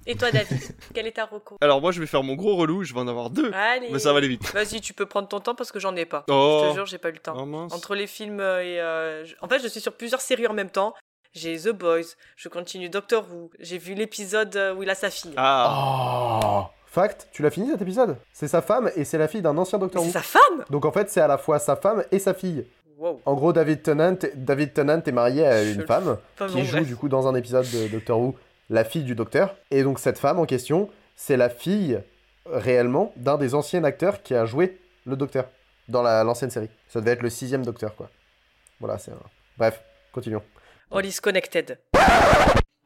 Et toi, David, quel est ta reco
Alors moi, je vais faire mon gros relou, je vais en avoir deux,
Allez
mais ça va aller vite.
Vas-y, tu peux prendre ton temps parce que j'en ai pas. Je
Oh.
te jure, j'ai pas eu le temps.
Oh, mince.
Entre les films euh, et... euh, je- En fait, je suis sur plusieurs séries en même temps. J'ai The Boys, je continue Doctor Who, j'ai vu l'épisode euh, où il a sa fille.
Ah,
Oh. Fact, tu l'as fini cet épisode C'est sa femme et c'est la fille d'un ancien
Mais
docteur
c'est
Who.
sa femme
Donc en fait, c'est à la fois sa femme et sa fille.
Wow.
En gros, David Tennant, David Tennant est marié à
Je
une
le-
femme
Pas
qui
bon,
joue
bref.
du coup dans un épisode de Doctor Who la fille du docteur. Et donc cette femme en question, c'est la fille réellement d'un des anciens acteurs qui a joué le docteur dans la- l'ancienne série. Ça devait être le sixième docteur, quoi. Voilà, c'est un... Bref, continuons.
All is connected.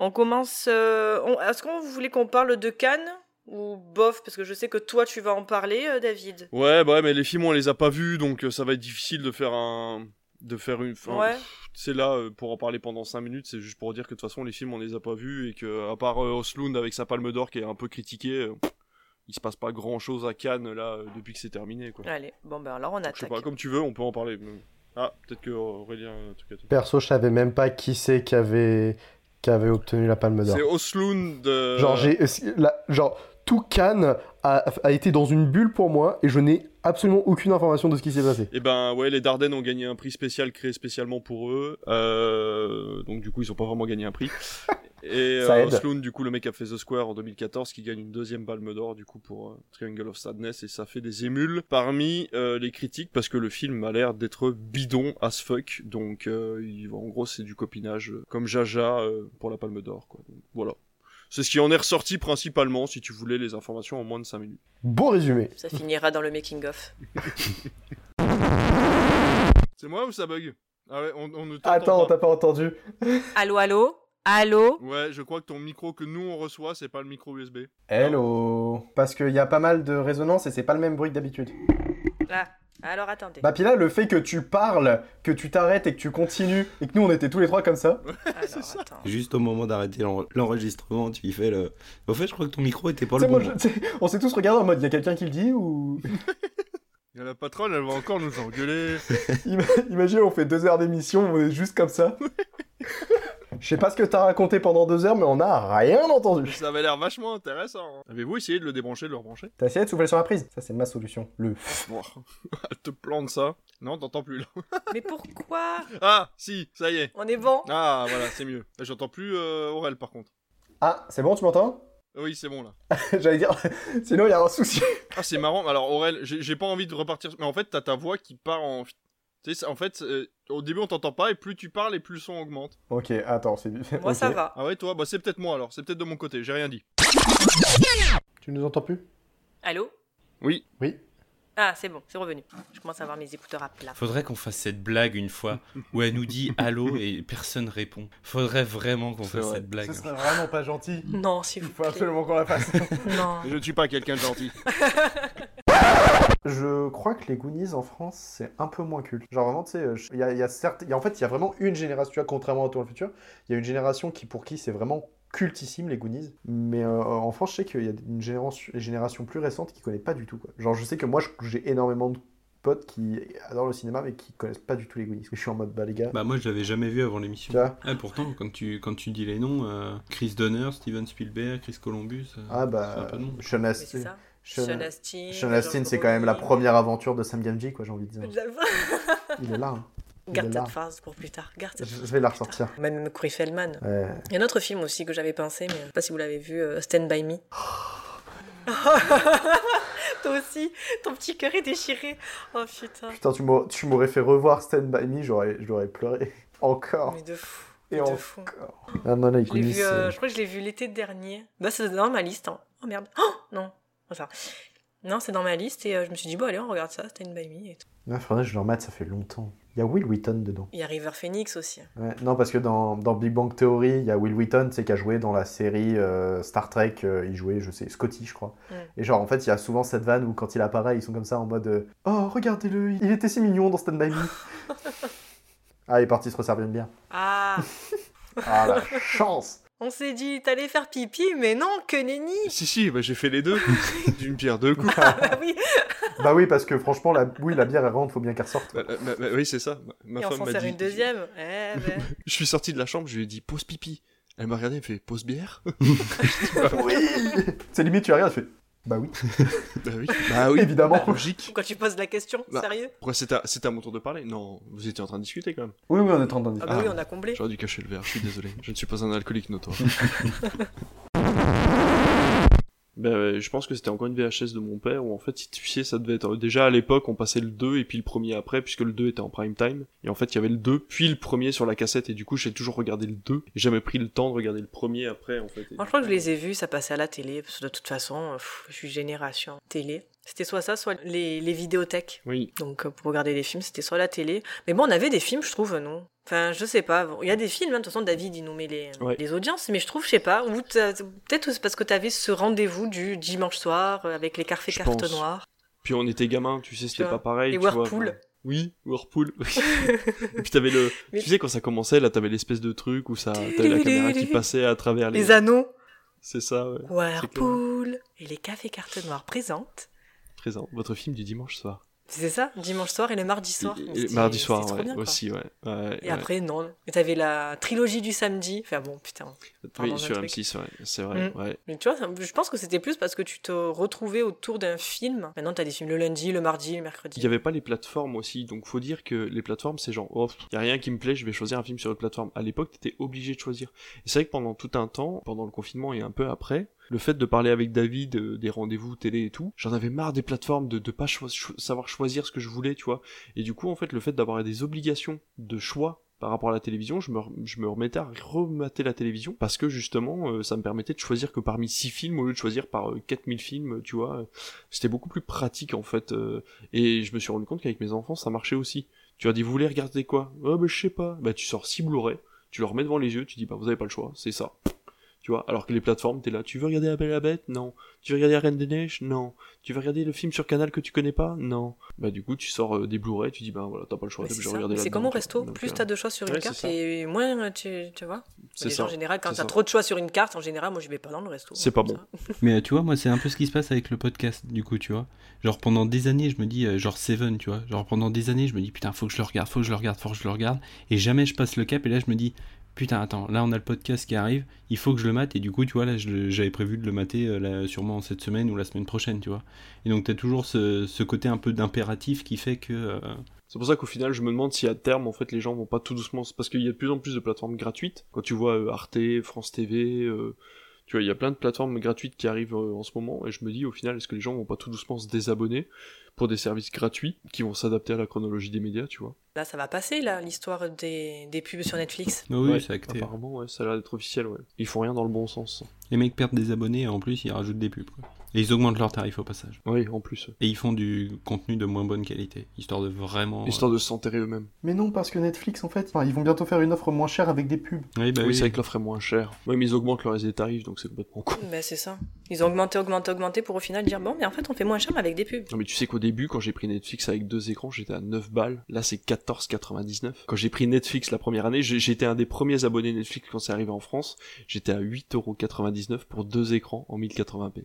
On commence. euh, on- Est-ce qu'on voulait qu'on parle de Cannes ou bof Parce que je sais que toi tu vas en parler, euh, David.
Ouais, bah ouais, mais les films, on les a pas vus, donc euh, ça va être difficile de faire un. De faire une. enfin,
Ouais.
pff, C'est là, euh, pour en parler pendant 5 minutes, c'est juste pour dire que de toute façon, les films, on les a pas vus et que, à part euh, Oslund avec sa palme d'or qui est un peu critiquée, euh, pff, il se passe pas grand chose à Cannes, là, euh, depuis que c'est terminé, quoi.
Allez, bon ben alors on
Je sais
attaque.
pas, comme tu veux, on peut en parler. mais- Ah, peut-être que euh, Aurélien. euh, truc à tout.
Perso, je savais même pas qui c'est qui avait... qui avait obtenu la Palme d'Or.
C'est Oslund. euh,
Genre, j'ai, euh, si- la- genre, tout Cannes a, a été dans une bulle pour moi et je n'ai absolument aucune information de ce qui s'est passé.
Eh ben ouais, les Dardennes ont gagné un prix spécial créé spécialement pour eux. Euh, donc du coup, ils ont pas vraiment gagné un prix. Et
Ça
euh,
aide.
Sloan, du coup, le mec a fait The Square en 2014, qui gagne une deuxième palme d'or du coup pour euh, Triangle of Sadness, et ça fait des émules parmi euh, les critiques parce que le film a l'air d'être bidon as fuck. Donc euh, il- en gros, c'est du copinage euh, comme Jaja euh, pour la palme d'or. quoi. Donc, voilà. C'est ce qui en est ressorti principalement, si tu voulais les informations en moins de 5 minutes.
Bon résumé.
Ça finira dans le making of.
C'est moi ou ça bug Ah ouais, on, on ne t'entend
Attends,
pas.
t'as pas entendu
Allô, allô, allô.
Ouais, je crois que ton micro que nous on reçoit, c'est pas le micro USB.
Hello Parce qu'il y a pas mal de résonance et c'est pas le même bruit que d'habitude.
Là. Alors attendez.
Bah puis là, le fait que tu parles, que tu t'arrêtes et que tu continues, et que nous on était tous les trois comme ça.
Juste au moment d'arrêter l'en- l'enregistrement, tu y fais le. Au fait, je crois que ton micro était pas
Tu
le
sais,
bon.
moi, je- tu sais, on s'est tous regardés en mode, il y a quelqu'un qui le dit ou...
Et la patronne, elle va encore nous engueuler.
Ima- Imagine, on fait deux heures d'émission, on est juste comme ça. Je sais pas ce que t'as raconté pendant deux heures, mais on a rien entendu.
Ça avait l'air vachement intéressant. hein. Avez-vous essayé de le débrancher, de le rebrancher
T'as essayé de souffler sur la prise Ça, c'est ma solution. Le
Bon, elle te plante ça. Non, t'entends plus là.
Mais pourquoi
Ah, si, ça y est.
On est bon
Ah, voilà, c'est mieux. J'entends plus euh, Aurel par contre.
Ah, c'est bon, tu m'entends
Oui, c'est bon là.
J'allais dire, sinon il y a un souci.
Ah, c'est marrant. Alors, Aurel, j'ai j'ai pas envie de repartir. Mais en fait, t'as ta voix qui part en. Tu sais, c'est- en fait, euh, au début, on t'entend pas, et plus tu parles, et plus le son augmente.
Ok, attends, c'est...
Moi, ça va.
Ah ouais, toi Bah, c'est peut-être moi alors. C'est peut-être de mon côté, j'ai rien dit.
Tu nous entends plus
Allô
Oui.
Oui.
Ah, c'est bon, c'est revenu. Je commence à avoir mes écouteurs à plat.
Faudrait qu'on fasse cette blague une fois où elle nous dit allô et personne répond. Faudrait vraiment qu'on fasse cette blague.
vraiment pas gentil.
Non, s'il vous
faut
plaît. absolument
qu'on la fasse.
Non.
Je ne suis pas quelqu'un de gentil.
Je crois que les Goonies en France, c'est un peu moins culte. Genre vraiment, tu sais, euh, je- il y a, il y a certes- il y a- en fait, il y a vraiment une génération, tu vois, contrairement à Tour le futur, il y a une génération qui, pour qui c'est vraiment cultissime, les Goonies. Mais euh, en France, je sais qu'il y a une génération, une génération plus récente qui connaît pas du tout. Quoi. Genre, je sais que moi, je- j'ai énormément de potes qui adorent le cinéma, mais qui connaissent pas du tout les Goonies. Je suis en mode, bah les gars,
Bah moi je l'avais jamais vu avant l'émission.
Tu vois
Ah, pourtant quand tu quand tu dis les noms, euh, Chris Donner, Steven Spielberg, Chris Columbus. euh,
ah
ça a
bah,
pas de nom.
Sean
c'est
Astin.
ça.
Sean-
Sean Astin,
Sean
George
Astin, c'est quand même la
Brolin.
première aventure de Sam Gamgee, quoi, j'ai envie de dire.
J'avoue.
Il est là. hein. Il est
Garde
là.
cette phrase pour plus tard. Garde
Je
cette
je vais la ressortir.
Même Corey Feldman.
Ouais.
Il y a un autre film aussi que j'avais pensé, mais je sais pas si vous l'avez vu, euh, Stand By Me. Toi aussi, ton petit cœur est déchiré. Oh putain.
Putain, tu m'aurais, tu m'aurais fait revoir Stand By Me, j'aurais, j'aurais pleuré. Encore.
Mais de fou.
Oh. Et
de
en-
fou.
Ah non, là, il
Je l'ai vu,
connaissent,
euh,
euh,
je crois que je l'ai vu l'été dernier. Bah, c'est dans ma liste. hein. Oh merde. Oh, non. Enfin, non, c'est dans ma liste et euh, je me suis dit, bon, allez, on regarde ça, Stand By Me. Et tout.
Ah, faudrait que je le remette, ça fait longtemps. Il y a Will Wheaton dedans.
Il y a River Phoenix aussi.
Ouais, non, parce que dans, dans Big Bang Theory, il y a Will Wheaton, c'est qui a joué dans la série euh, Star Trek, euh, il jouait, je sais, Scotty, je crois.
Mm.
Et genre, en fait, il y a souvent cette vanne où quand il apparaît, ils sont comme ça en mode euh, Oh, regardez-le, il était si mignon dans Stand By Me. ah, il est parti se resservir une bière.
Ah,
Ah, la chance
on s'est dit, t'allais faire pipi, mais non, que nenni.
si, si, bah, j'ai fait les deux. D'une pierre deux coups.
Ah.
Bah oui.
Bah oui, parce que franchement, la, oui, la bière, elle rentre, faut bien qu'elle ressorte.
Bah, bah, bah, oui, c'est ça. Ma- Ma
et on
femme
s'en
m'a
sert
dit.
une deuxième. Eh ben.
Je suis sorti de la chambre, je lui ai dit pause pipi. Elle m'a regardé, elle me fait pause bière.
Oui C'est limite, tu regardes, tu fais Bah oui.
bah oui, bah oui.
Évidemment.
Logique.
Quand tu poses la question,
Bah.
sérieux
Pourquoi c'est à, c'est à mon tour de parler Non, vous étiez en train de discuter quand même.
Oui, oui, on est en train de
Ah bah
Ah.
oui, on a comblé.
J'aurais dû cacher le verre, je suis désolé. Je ne suis pas un alcoolique notoire. Ben, ouais, je pense que c'était encore une VHS de mon père où en fait, si tu sais, ça devait être euh, déjà à l'époque, on passait le 2 et puis le premier après, puisque le 2 était en prime time. Et en fait, il y avait le 2 puis le premier sur la cassette et du coup, j'ai toujours regardé le 2. J'ai jamais pris le temps de regarder le premier après en fait. Et-
Moi, je crois que je les ai vus, ça passait à la télé, parce que de toute façon, pff, je suis génération télé. C'était soit ça, soit les, les vidéothèques.
Oui.
Donc, euh, pour regarder des films, c'était soit la télé. Mais bon, on avait des films, je trouve, non Enfin, je sais pas. Bon, Il y a des films, hein, de toute façon, David, il nous met les,
Ouais.
les audiences, mais je trouve, je sais pas, ou t'as- peut-être que c'est parce que t'avais ce rendez-vous du dimanche soir euh, avec les cartes
Je
cartes
pense.
noires.
Puis on était gamin, tu sais, c'était
vois,
pas pareil.
les
tu vois.
Whirlpool.
Oui, Whirlpool. et puis t'avais le.
Mais-
Tu sais, quand ça commençait, là, t'avais l'espèce de truc où ça. T'avais la caméra qui passait à travers les.
Les anneaux.
C'est ça, ouais. C'est que-
Whirlpool et les cafés cartes noires présentes.
Présent. Votre film du dimanche soir.
C'est ça, dimanche soir et le mardi soir.
Et-
Mais
et
c'était-
mardi
c'était
soir,
trop
ouais,
bien, quoi.
aussi, ouais. Ouais,
Et
ouais.
après, non. Mais t'avais la trilogie du samedi. Enfin bon, putain. pardon,
Oui,
j'ai un
sur
truc.
M6, ouais. C'est vrai,
Mm.
ouais.
Mais tu vois, ça- je pense que c'était plus parce que tu te retrouvais autour d'un film. Maintenant, t'as des films le lundi, le mardi, le mercredi.
Il n'y avait pas les plateformes aussi, donc faut dire que les plateformes, c'est genre, oh, il n'y a rien qui me plaît, je vais choisir un film sur une plateforme. À l'époque, t'étais obligé de choisir. Et c'est vrai que pendant tout un temps, pendant le confinement et un peu après, le fait de parler avec David euh, des rendez-vous télé et tout, j'en avais marre des plateformes, de ne pas choi- cho- savoir choisir ce que je voulais, tu vois. Et du coup, en fait, le fait d'avoir des obligations de choix par rapport à la télévision, je me, re- je me remettais à remater la télévision parce que justement, euh, ça me permettait de choisir que parmi 6 films au lieu de choisir par euh, 4000 films, tu vois. euh, C'était beaucoup plus pratique en fait. euh, et je me suis rendu compte qu'avec mes enfants, ça marchait aussi. Tu leur dis, vous voulez regarder quoi Ah, bah, je sais pas. Bah, tu sors 6 Blu-ray, tu leur mets devant les yeux, tu dis, bah, vous avez pas le choix, c'est ça. Tu vois, alors que les plateformes, t'es là, tu veux regarder La Belle et la Bête Non. Tu veux regarder La Reine des Neiges Non. Tu veux regarder le film sur Canal que tu connais pas Non. Bah, du coup, tu sors euh, des Blu-ray, tu dis, bah, voilà, t'as pas le choix,
Mais
t'es
c'est
obligé de
ça.
regarder
C'est
là-dedans,
comme au
quoi.
resto.
Donc,
plus
euh,
t'as de choix sur une
ouais,
carte
c'est ça.
et moins euh, tu, tu vois.
C'est
Les gens, en
ça,
général, quand
c'est
t'as
ça.
trop de choix sur une carte, en général, moi je vais pas dans le resto.
C'est pas bon.
Mais euh, tu vois, moi, c'est un peu ce qui se passe avec le podcast, du coup, tu vois. Genre, pendant des années, je me dis, euh, genre Seven, tu vois. Genre, pendant des années, je me dis, putain, faut que je le regarde, faut que je le regarde, faut que je le regarde. Et jamais je passe le cap, et là, je me dis, putain, attends, là, on a le podcast qui arrive, il faut que je le mate. Et du coup, tu vois, là, je le- j'avais prévu de le mater euh, là, sûrement cette semaine ou la semaine prochaine, tu vois. Et donc, t'as toujours ce, ce côté un peu d'impératif qui fait que. euh,
C'est pour ça qu'au final, je me demande si à terme, en fait, les gens vont pas tout doucement. c'est Parce qu'il y a de plus en plus de plateformes gratuites. Quand tu vois euh, Arte, France TV, euh, tu vois, il y a plein de plateformes gratuites qui arrivent euh, en ce moment. Et je me dis, au final, est-ce que les gens vont pas tout doucement se désabonner pour des services gratuits qui vont s'adapter à la chronologie des médias, tu vois
Là, ça va passer, là, l'histoire des, des pubs sur Netflix.
Ah oui,
Ouais,
c'est acté.
Apparemment, ouais, ça a l'air d'être officiel, ouais. Ils font rien dans le bon sens.
Les mecs perdent des abonnés, et en plus, ils rajoutent des pubs, quoi. Et ils augmentent leurs tarifs au passage.
Oui, en plus. euh,
Et ils font du contenu de moins bonne qualité, histoire de vraiment.
Histoire de s'enterrer eux-mêmes.
Mais non, parce que Netflix, en fait, enfin, ils vont bientôt faire une offre moins chère avec des pubs.
Oui, bah
oui,
oui.
c'est vrai que l'offre est moins chère. Oui, mais ils augmentent le reste des tarifs, donc c'est complètement con.
Mais c'est ça. Ils ont augmenté, augmenté, augmenté pour au final dire bon, mais en fait, on fait moins cher mais avec des pubs.
Non mais tu sais qu'au début quand j'ai pris Netflix avec deux écrans j'étais à 9 balles, là c'est 14,99. Quand j'ai pris Netflix la première année, j'ai- j'étais un des premiers abonnés Netflix quand c'est arrivé en France, j'étais à 8,99€ pour deux écrans en 1080p.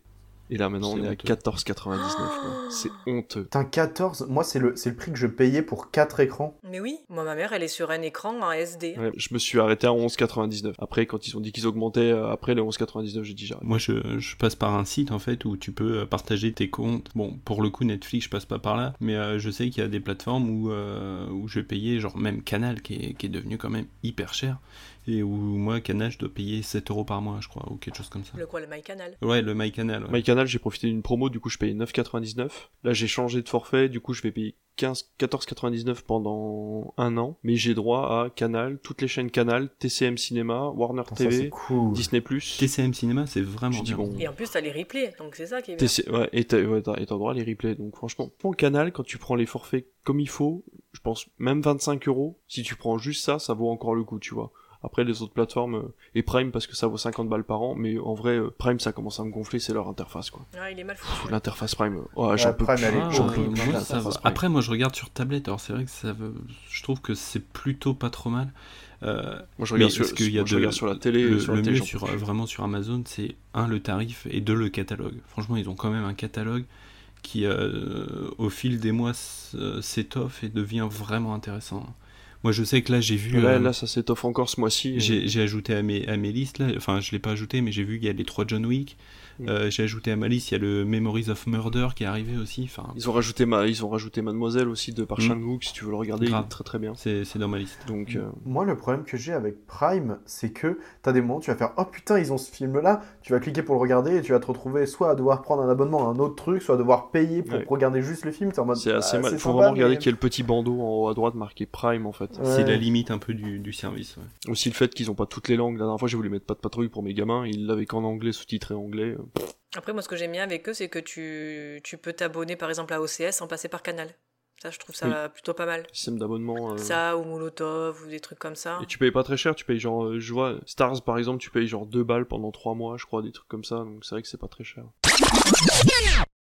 Et là maintenant on
C'est
est à
honteux.
14,99€. quoi. C'est honteux.
Putain, 14, moi c'est le, c'est le prix que je payais pour 4 écrans.
Mais oui, moi, ma mère, elle est sur un écran en SD.
Ouais, je me suis arrêté à 11,99. Après quand ils ont dit qu'ils augmentaient euh, après les 11,99 j'ai dit j'arrête.
Moi, je, je passe par un site en fait où tu peux euh, partager tes comptes. Bon, pour le coup, Netflix, je passe pas par là, mais euh, je sais qu'il y a des plateformes où, euh, où je vais payer, genre même Canal qui est, qui est devenu quand même hyper cher, et où moi, Canal, je dois payer 7 euros par mois, je crois, ou quelque chose comme ça.
Le quoi, le MyCanal
Ouais, le MyCanal. ouais.
Euh, MyCanal j'ai profité d'une promo du coup je payais 9,99. Là j'ai changé de forfait du coup je vais payer 15 14,99 pendant un an mais j'ai droit à Canal, toutes les chaînes Canal, TCM Cinéma, Warner
Putain, ça, c'est
TV,
cool.
Disney Plus.
TCM Cinéma, c'est vraiment
Je dis
bien.
bon.
Et en plus, t'as les replays, donc c'est ça qui est bien.
TC ouais, et t'as ouais, t'as- et t'as droit à les replays. Donc franchement, pour Canal, quand tu prends les forfaits comme il faut, je pense même 25 euros, si tu prends juste ça, ça vaut encore le coup, tu vois. Après les autres plateformes, euh, et Prime parce que ça vaut 50 balles par an, mais en vrai, euh, Prime ça commence à me gonfler, c'est leur interface quoi.
Ah, il est mal foutu.
Pff, L'interface Prime, euh, ouais, j'en
Ouais,
peux
Prime,
plus.
elle est
Ah,
J'en
euh,
peux plus,
moi,
là,
ça
ça
va.
se prend.
Après, moi, je regarde sur tablette. Alors, c'est vrai que ça, veut- je trouve que c'est plutôt pas trop mal. Euh,
Moi, je regarde
mais
sur-
ce qu'il y a
moi, je
de-
regarde sur la télé,
Le,
sur
le
la télé, j'en
mieux
peux
Euh, sur,
plus.
vraiment sur Amazon, c'est un le tarif et deux le catalogue. Franchement, ils ont quand même un catalogue qui, euh, au fil des mois, s- euh, s'étoffe et devient vraiment intéressant. Moi, je sais que là, j'ai vu.
Là,
euh,
là, ça s'étoffe encore ce
euh,
mois-ci.
J'ai j'ai ajouté à mes, à mes listes, là. enfin je l'ai pas ajouté, mais j'ai vu qu'il y a les trois John Wick. Euh, j'ai ajouté à ma liste, il y a le Memories of Murder qui est arrivé aussi. Enfin,
Ils ont rajouté ma... ils ont rajouté Mademoiselle aussi de par
Mm.
Chan-wook si tu veux le regarder, il
Grave.
est très très bien.
c'est c'est dans ma liste.
Hmm.
Donc euh,
Moi, le problème que j'ai avec Prime, c'est que t'as des moments où tu vas faire Oh putain, ils ont ce film-là. Tu vas cliquer pour le regarder et tu vas te retrouver soit à devoir prendre un abonnement à un autre truc, soit à devoir payer pour
Ouais.
regarder juste le film. T'es en mode,
c'est assez
bah,
mal.
c'est
Faut
sympa,
vraiment regarder
mais-
qu'il y ait le petit bandeau en haut à droite marqué Prime en fait.
Ouais.
C'est la limite un peu du, du service. ouais.
Aussi le fait qu'ils ont pas toutes les langues. La dernière fois, j'ai voulu mettre pas de patrouille pour mes gamins, ils l'avaient qu'en anglais sous-titré anglais. Euh,
Après, moi, ce que j'aime bien avec eux, c'est que tu, tu peux t'abonner par exemple à OCS sans passer par canal. Ça, je trouve ça
Oui.
plutôt pas mal.
Système d'abonnement. euh,
Ça, ou Molotov, ou des trucs comme ça.
Et tu payes pas très cher, tu payes genre, euh, je vois, Stars par exemple, tu payes genre 2 balles pendant 3 mois, je crois, des trucs comme ça, donc c'est vrai que c'est pas très cher.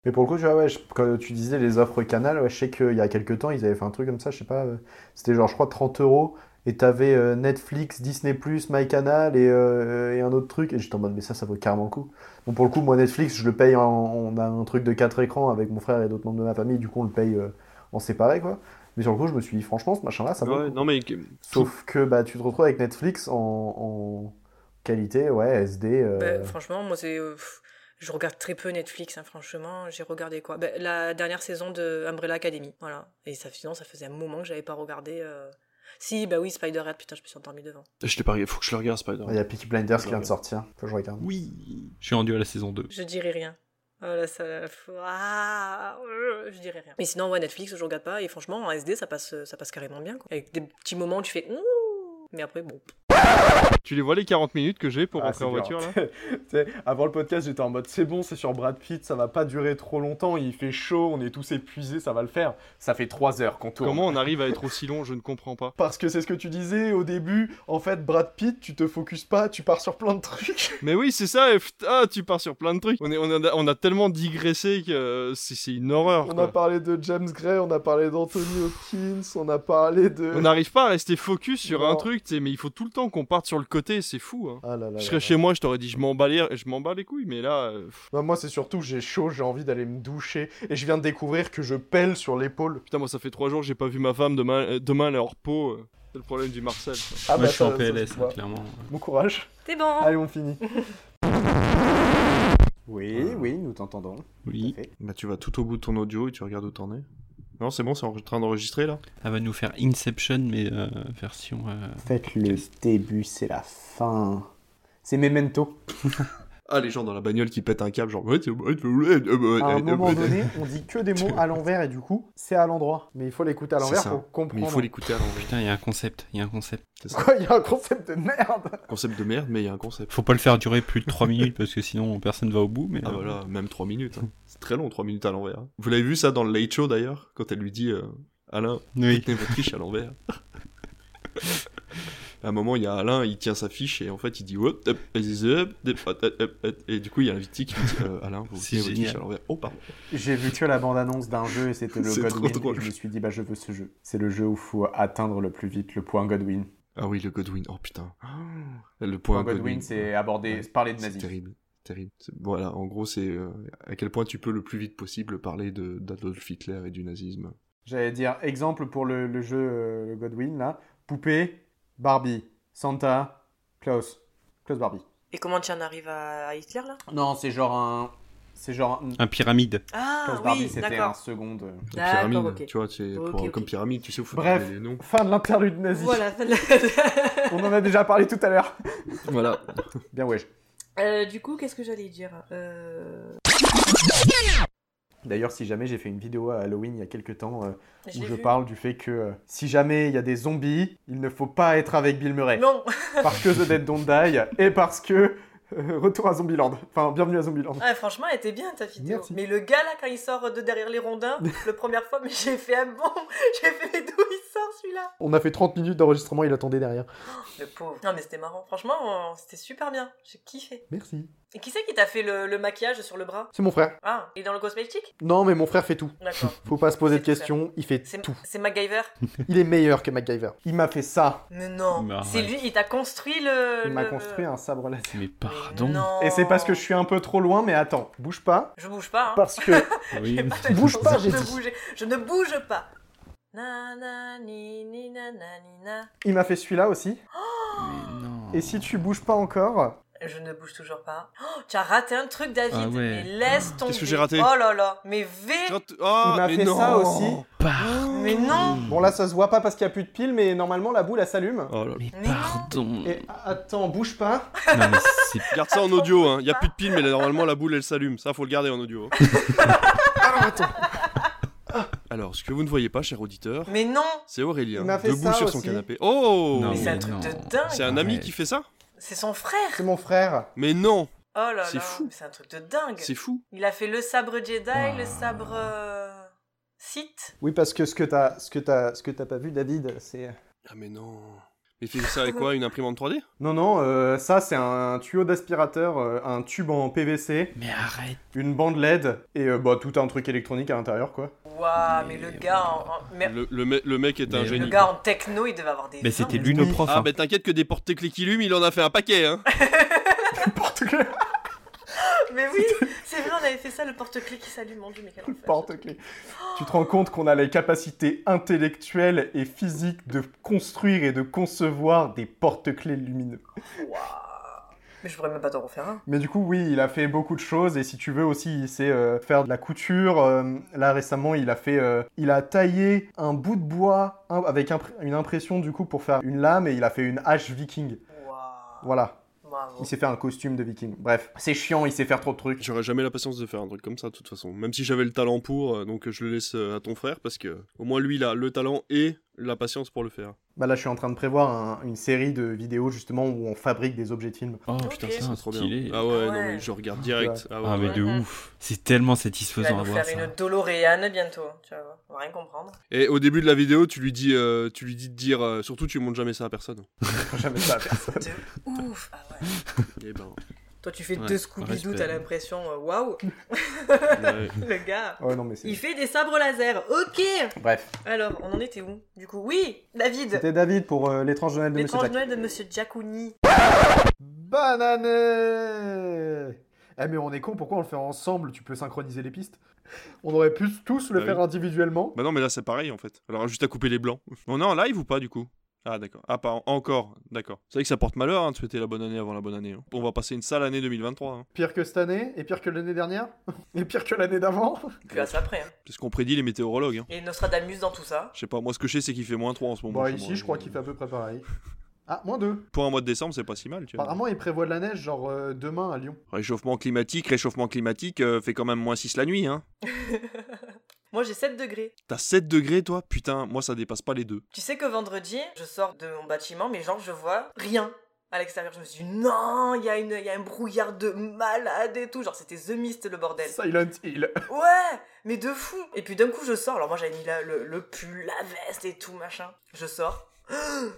Mais pour le coup, tu vois, ouais, je- quand tu disais les offres Canal, ouais, je sais qu'il y a quelques temps, ils avaient fait un truc comme ça, je sais pas, euh, c'était genre, je crois, 30 euros, et t'avais euh, Netflix, Disney+, MyCanal et, euh, et un autre truc, et j'étais en mode, mais ça, ça vaut carrément le coup. Bon, pour le coup, moi, Netflix, je le paye, en, on a un truc de 4 écrans avec mon frère et d'autres membres de ma famille, du coup, on le paye euh, en séparé, quoi. Mais sur le coup, je me suis dit, franchement, ce machin-là, ça vaut le
ouais,
coup.
non mais
Sauf que, bah, tu te retrouves avec Netflix en, en qualité, ouais, SD... euh,
Bah, franchement, moi, c'est. euh, pff, je regarde très peu Netflix, hein, franchement. J'ai regardé quoi Bah, La dernière saison de Umbrella Academy, voilà. Et ça, sinon, ça faisait un moment que j'avais pas regardé. euh. Si, bah oui, Spider-Head, putain, je me suis endormie devant.
je l'ai pas regardé, faut que je le regarde Spider.
Il y a Peaky Blinders qui vient de sortir, faut que je regarde.
Oui. Je suis rendu à la saison 2.
Je dirais rien. Ah, là, ça, ah, euh, je dirais rien. Mais sinon, ouais, Netflix, je regarde pas. Et franchement, en SD, ça passe, ça passe carrément bien. quoi. Avec des petits moments où tu fais. Ouh Mais après, bon.
Tu les vois les 40 minutes que j'ai pour
Ah,
rentrer
c'est
en voiture
dur.
là
Tu sais, Avant le podcast, j'étais en mode c'est bon, c'est sur Brad Pitt, ça va pas durer trop longtemps, il fait chaud, on est tous épuisés, ça va le faire. Ça fait 3 heures qu'on tourne.
Comment on arrive à être aussi long, je ne comprends pas.
Parce que c'est ce que tu disais au début, en fait, Brad Pitt, tu te focuses pas, tu pars sur plein de trucs.
Mais oui, c'est ça, et putain, ah, tu pars sur plein de trucs. On, est, on, a, on a tellement digressé que euh, c'est c'est une horreur.
On
quoi.
a parlé de James Gray, on a parlé d'Anthony Hopkins, on a parlé de.
On n'arrive pas à rester focus sur
Non.
un truc, tu sais, mais il faut tout le temps qu'on parte sur le côté, c'est fou. hein.
Ah là là
je
là
serais
là.
chez moi, je t'aurais dit je m'en bats les, je m'en bats les couilles, mais là, euh, pff,
Non, moi, c'est surtout j'ai chaud, j'ai envie d'aller me doucher, et je viens de découvrir que je pèle sur l'épaule.
putain, moi ça fait trois jours, j'ai pas vu ma femme, demain, euh, demain elle est hors peau. euh, C'est le problème du Marcel. ça.
Ah bah,
Moi, je suis
ça-
en
ça
PLS,
se voit.
hein, clairement.
Bon courage.
C'est bon
Ah.
Allez, on finit.
Oui, oui, nous t'entendons.
Oui.
Bah tu vas tout au bout de ton audio et tu regardes où t'en es. Non, c'est bon, c'est en train d'enregistrer là.
Elle va nous faire Inception, mais euh, version. euh,
Faites le début, c'est la fin. C'est Memento.
Ah, les gens dans la bagnole qui pètent un câble, genre.
À
euh,
un moment donné, on dit que des mots à l'envers et du coup, c'est à l'endroit. Mais il faut l'écouter à
C'est
l'envers
ça.
pour
Mais
comprendre.
il faut l'écouter à l'envers.
Putain, il y a un concept. Il y a un concept.
C'est ça.
Quoi, il y a un concept de merde
Concept de merde, mais il y a un concept.
Faut pas le faire durer plus de 3 minutes parce que sinon personne va au bout. Mais
Ah
euh,
voilà, même 3 minutes. hein. C'est très long, 3 minutes à l'envers. hein. Vous l'avez vu ça dans le Late Show d'ailleurs, quand elle lui dit euh, Alain,
Oui.
tenez votre fiche à l'envers. à un moment, il y a Alain, il tient sa fiche et en fait, il dit Hop, hop, vas-y, hop, hop, hop, hop, hop. Et du coup, il y a l'invité qui lui dit euh, Alain, vous
C'est
tenez votre
génial.
fiche à l'envers. Oh, pardon.
J'ai vu que la bande-annonce d'un jeu et c'était le
C'est trop
Godwin.
drôle.
et je me suis dit, bah je veux ce jeu. C'est le jeu où faut atteindre le plus vite le point Godwin.
Ah oui, le Godwin. Oh putain. Le
Le
Oh,
point
Godwin,
Godwin.
c'est aborder,
Ouais.
parler de
C'est
nazis.
terrible. Terrible. C'est- Voilà, en gros, c'est euh, à quel point tu peux le plus vite possible parler de- d'Adolf Hitler et du nazisme.
J'allais dire, exemple pour le, le jeu euh, le Godwin, là. Poupée, Barbie, Santa, Klaus. Klaus Barbie.
Et comment tu en arrives à, à Hitler là
Non, c'est genre un... C'est genre un...
Un pyramide.
Ah
Klaus Barbie,
oui,
c'était un
d'accord.
seconde... euh,
La
D'accord,
pyramide,
ok.
tu vois, c'est
Ok,
pour-
ok.
comme pyramide, tu sais, il faut
Bref.
donner les noms.
Fin de l'interlude nazi.
Voilà.
On en a déjà parlé tout à l'heure.
Voilà.
Bien ouais.
Euh, du coup, qu'est-ce que j'allais dire Euh,
D'ailleurs, si jamais j'ai fait une vidéo à Halloween il y a quelques temps euh,
je
où
l'ai
je
vu.
parle du fait que euh, si jamais il y a des zombies, il ne faut pas être avec Bill Murray.
Non.
Parce que The Dead Don't Die et parce que euh, Retour à Zombieland. Enfin, bienvenue à Zombieland.
Ah, franchement, elle était bien ta vidéo.
Merci.
Mais le gars là, quand il sort de derrière les rondins, la première fois, mais j'ai fait un bon. J'ai fait mais d'où il sort celui-là
On a fait 30 minutes d'enregistrement, il attendait derrière.
Le pauvre. Non, mais c'était marrant.
euh,
Franchement, on- c'était super bien. J'ai kiffé.
Merci.
Et qui c'est qui t'a fait le, le maquillage sur le bras
C'est mon frère.
Ah, et dans le cosmétique
Non, mais mon frère fait tout.
D'accord.
Faut pas se poser
C'est tout
de questions, il fait
C'est
tout.
c'est MacGyver
Il est meilleur que MacGyver. Il m'a fait ça.
Mais non.
Bah,
c'est
ouais.
lui, il t'a construit le.
Il m'a
le-
construit un sabre laser.
Mais
Mais
pardon.
Non.
Et c'est parce que je suis un peu trop loin, mais attends, bouge pas.
Je bouge pas. hein.
Parce que
Oui.
J'ai pas la
Bouge
chance
pas,
de
j'ai dit.
bouger. Je ne bouge pas.
Na, na, ni, ni, na, na, ni, na.
Il m'a fait celui-là aussi. Et si tu bouges pas encore,
Je ne bouge toujours pas. Oh, tu as raté un truc, David.
Ah ouais.
Mais laisse tomber.
Qu'est-ce que j'ai raté
Oh là là. Mais V.
Oh,
il m'a fait ça aussi.
Mais non
Bon là ça se voit pas parce qu'il y a plus de pile, mais normalement la boule elle s'allume.
Mais
pardon.
Et attends, bouge pas.
Garde ça en audio, hein. Y a plus de pile, mais là, normalement la boule elle s'allume. Ça faut le garder en audio. hein.
Ah,
Alors, ce que vous ne voyez pas, cher auditeur,
Mais non.
c'est Aurélien,
Il m'a fait
debout
ça
sur son
aussi.
canapé. Oh
Non, Mais c'est un mais truc non. de dingue.
C'est un ami
Arrête.
qui fait ça
C'est son frère.
C'est mon frère.
Mais non
Oh là
C'est
là.
fou.
mais C'est un truc de dingue.
C'est fou.
Il a fait le sabre Jedi, le sabre. euh, Sith.
Oui parce que ce que t'as ce que t'as ce que t'as pas vu David, c'est
Ah, mais non. Mais fait ça avec quoi Une imprimante 3D
non non euh, ça c'est un tuyau d'aspirateur, euh, un tube en PVC.
Mais arrête.
Une bande LED et euh, bah tout un truc électronique à l'intérieur quoi.
Waouh, Ah, mais, le gars en. en- mais-
le, le me- le mec est un
le
génie.
gars en techno, il devait avoir des.
Mais
c'était lui, notre prof,
Ah,
hein.
bah t'inquiète que des porte-clés qui lument, il en a fait un paquet, hein.
mais oui, c'est vrai, on avait fait ça, le porte-clés qui s'allume en Dieu, mais quel enfer.
Porte-clés. Tu te rends compte qu'on a les capacités intellectuelles et physiques de construire et de concevoir des porte-clés lumineux.
Mais je pourrais même pas t'en refaire un.
Mais du coup, oui, il a fait beaucoup de choses et si tu veux aussi, il sait euh, faire de la couture. Euh, là récemment, il a fait, euh, il a taillé un bout de bois hein, avec impr- une impression du coup pour faire une lame et il a fait une hache viking. Voilà. Il s'est fait un costume de viking. Bref, c'est chiant, il sait faire trop de trucs.
J'aurais jamais la patience de faire un truc comme ça, de toute façon. Même si j'avais le talent pour, euh, donc je le laisse euh, à ton frère, parce que euh, au moins lui, il a le talent et la patience pour le faire.
Bah là, je suis en train de prévoir un- une série de vidéos justement où on fabrique des objets de film.
Oh putain, ça, c'est trop
bien. Ah ouais, non, mais je regarde direct. Ah, ouais,
Ah, mais
ouais.
de ouf. C'est tellement
Il va
satisfaisant à
nous
voir
faire
ça.
une Doloréane bientôt, tu vas voir. On va rien comprendre.
Et au début de la vidéo, tu lui dis, euh, tu lui dis de dire, euh, surtout tu montres jamais ça à personne.
jamais ça à personne.
Ouf, ah ouais.
Et ben.
Toi, tu fais
Ouais,
deux Scooby-Doo,
respect.
t'as l'impression, euh, waouh!
Ouais.
Le gars!
Ouais, non, mais c'est-
Il fait des sabres laser, ok!
Bref.
Alors, on en était où? Du coup, oui! David!
C'était David pour euh, l'étrange Noël de Monsieur
L'étrange
Jack.
Noël de Monsieur Giacuni.
Banane Eh mais on est con, pourquoi on le fait ensemble Tu peux synchroniser les pistes. On aurait pu tous le
Bah
faire
oui.
individuellement.
Bah non, mais là c'est pareil en fait. Alors juste à couper les blancs. On est en live ou pas du coup Ah d'accord. Ah pas en- encore, d'accord. C'est vrai que ça porte malheur hein, de souhaiter la bonne année avant la bonne année. hein. On va passer une sale année 2023. hein.
Pire que cette année, et pire que l'année dernière, et pire que l'année d'avant.
Puis à ça après. hein.
C'est ce qu'on prédit les météorologues. hein.
Et Nostradamus dans tout ça.
Je sais pas, moi ce que je sais c'est qu'il fait moins 3 en ce moment.
Bon,
chez moi.
Bah, ici, je crois
euh,
qu'il fait à peu près pareil. Ah, moins 2.
Pour un mois de décembre, c'est pas si mal, tu vois.
Apparemment, il prévoit de la neige, genre euh, demain à Lyon.
Réchauffement climatique, réchauffement climatique, euh, fait quand même moins 6 la nuit, hein.
Moi, j'ai 7 degrés.
T'as 7 degrés, toi Putain, moi ça dépasse pas les deux.
Tu sais que vendredi, je sors de mon bâtiment, mais genre, je vois rien à l'extérieur. Je me suis dit, non, il y, a une- il y a un brouillard de malade et tout. Genre, c'était The Mist le bordel.
Silent Hill.
Ouais, mais de fou. Et puis d'un coup, je sors. Alors moi, j'avais mis la- le, le pull, la veste et tout, machin. Je sors.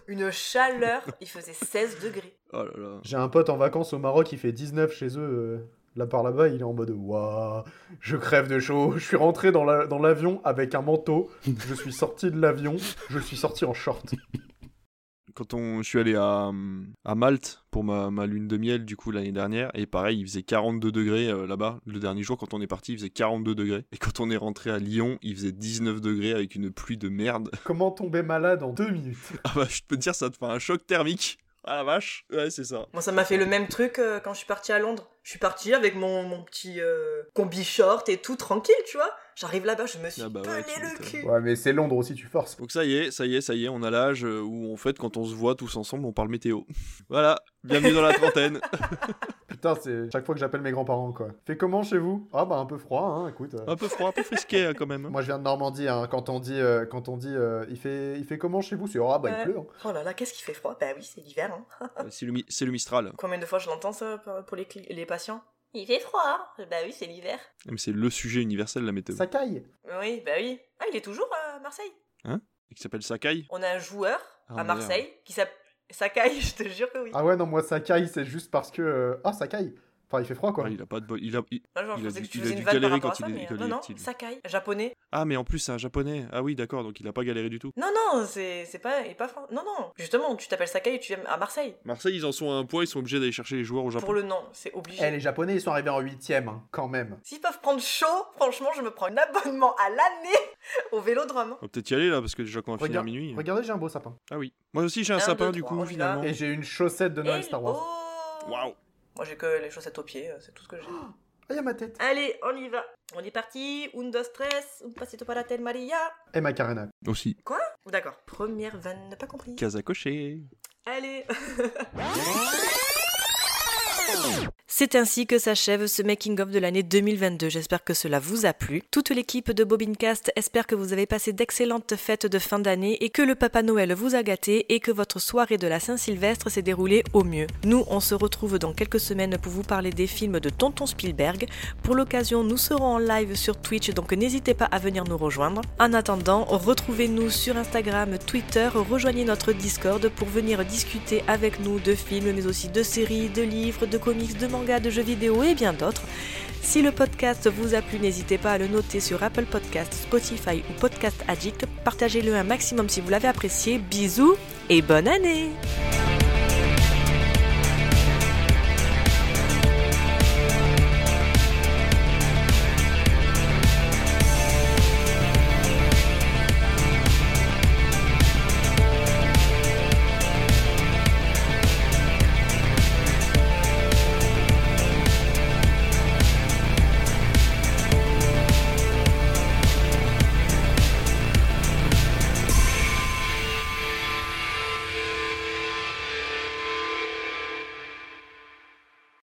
Une chaleur. Il faisait 16 degrés.
Oh là là.
J'ai un pote en vacances au Maroc, il fait 19 chez eux. euh, là par là-bas, il est en mode Waouh, je crève de chaud. Je suis rentré dans la- dans l'avion avec un manteau. Je suis sorti de l'avion. Je suis sorti en short.
Quand on, je suis allé à, euh, à Malte pour ma, ma lune de miel, du coup, l'année dernière, et pareil, il faisait 42 degrés euh, là-bas. Le dernier jour, quand on est parti, il faisait 42 degrés. Et quand on est rentré à Lyon, il faisait 19 degrés avec une pluie de merde.
Comment tomber malade en deux minutes
Ah bah, je peux te dire, ça te fait un choc thermique. Ah la vache. Ouais, c'est ça.
Moi, ça m'a fait le même truc euh, quand je suis partie à Londres. Je suis partie avec mon, mon petit euh, combi short et tout, tranquille, tu vois. J'arrive là-bas, je me suis
Ah bah ouais,
pelé
tu
le
m'étonnes.
cul.
Ouais, mais c'est Londres aussi, tu forces.
Donc ça y est, ça y est, ça y est, on a l'âge euh, où en fait quand on se voit tous ensemble, on parle météo. Voilà, bienvenue dans la trentaine.
Putain, c'est chaque fois que j'appelle mes grands-parents, quoi. Fait comment chez vous Ah, bah un peu froid, hein, écoute. euh.
Un peu froid, un peu frisqué hein, quand même. hein.
Moi, je viens de Normandie, hein. Quand on dit, euh, quand on dit euh, il, fait, il fait comment chez vous C'est Ah, bah il
Ouais.
pleut. hein.
Oh là là, qu'est-ce qui fait froid Bah oui, c'est l'hiver. Hein.
Euh, C'est le, mi- c'est le Mistral.
Combien de fois je l'entends ça pour- pour les, cli- les patients Il fait froid. hein Bah oui, c'est l'hiver.
Ah, Mais c'est le sujet universel la météo.
Ça caille.
Oui, bah oui. Ah, il est toujours à Marseille.
Qui s'appelle Sakai.
On a un joueur
Ah,
à
merde.
Marseille qui s'appelle Sakai, je te jure que oui.
Ah ouais, non, moi, ça caille, c'est juste parce que. euh, Ah, ça caille. Enfin, il fait froid quoi.
Ah, il a pas de bol. Il a, il,
Là, genre, je
il a
pensais
dû-
que tu
il a
faisais
dû
une vanne par
galérer
rapport à
quand
ça,
il est-
mais
quand
euh,
il
non,
est
non,
petit.
Sakai, japonais.
Ah, mais en plus, c'est un japonais. Ah oui, d'accord, donc il a pas galéré du tout.
Non, non, c'est c'est pas, et pas fran- Non, non, justement, tu t'appelles Sakai et tu viens à Marseille.
Marseille, ils en sont à un point, ils sont obligés d'aller chercher les joueurs au Japon.
Pour le nom, c'est obligé.
Eh, les Japonais, ils sont arrivés en huitième, hein, quand même.
S'ils peuvent prendre chaud, franchement, je me prends un abonnement à l'année au vélodrome.
On va peut-être y aller là, parce que déjà quand on va finir à
Regarde-
minuit. hein.
Regardez, j'ai un beau sapin.
Ah oui. Moi aussi, j'ai un
Un,
sapin
deux,
du
trois,
coup,
on y va.
finalement.
Et j'ai une chaussette de Noël
Eh,
Star
oh.
Wars.
Hello
Waouh.
Moi, j'ai que les chaussettes aux pieds, euh, c'est tout ce que j'ai.
Ah, y a ma tête.
Allez, on y va. On est parti. Un, dos, tres. Un pasito para tel Maria.
Et Macarena.
Aussi.
D'accord. Première vanne, pas compris.
Case à cocher.
Allez.
C'est ainsi que s'achève ce making of de l'année 2022. J'espère que cela vous a plu. Toute l'équipe de Bobincast espère que vous avez passé d'excellentes fêtes de fin d'année et que le Papa Noël vous a gâté et que votre soirée de la Saint-Sylvestre s'est déroulée au mieux. Nous, on se retrouve dans quelques semaines pour vous parler des films de Tonton Spielberg. Pour l'occasion, nous serons en live sur Twitch, donc n'hésitez pas à venir nous rejoindre. En attendant, retrouvez-nous sur Instagram, Twitter, rejoignez notre Discord pour venir discuter avec nous de films, mais aussi de séries, de livres, de comics, de mangas, de jeux vidéo et bien d'autres. Si le podcast vous a plu, n'hésitez pas à le noter sur Apple Podcast, Spotify ou Podcast Addict. Partagez-le un maximum si vous l'avez apprécié. Bisous et bonne année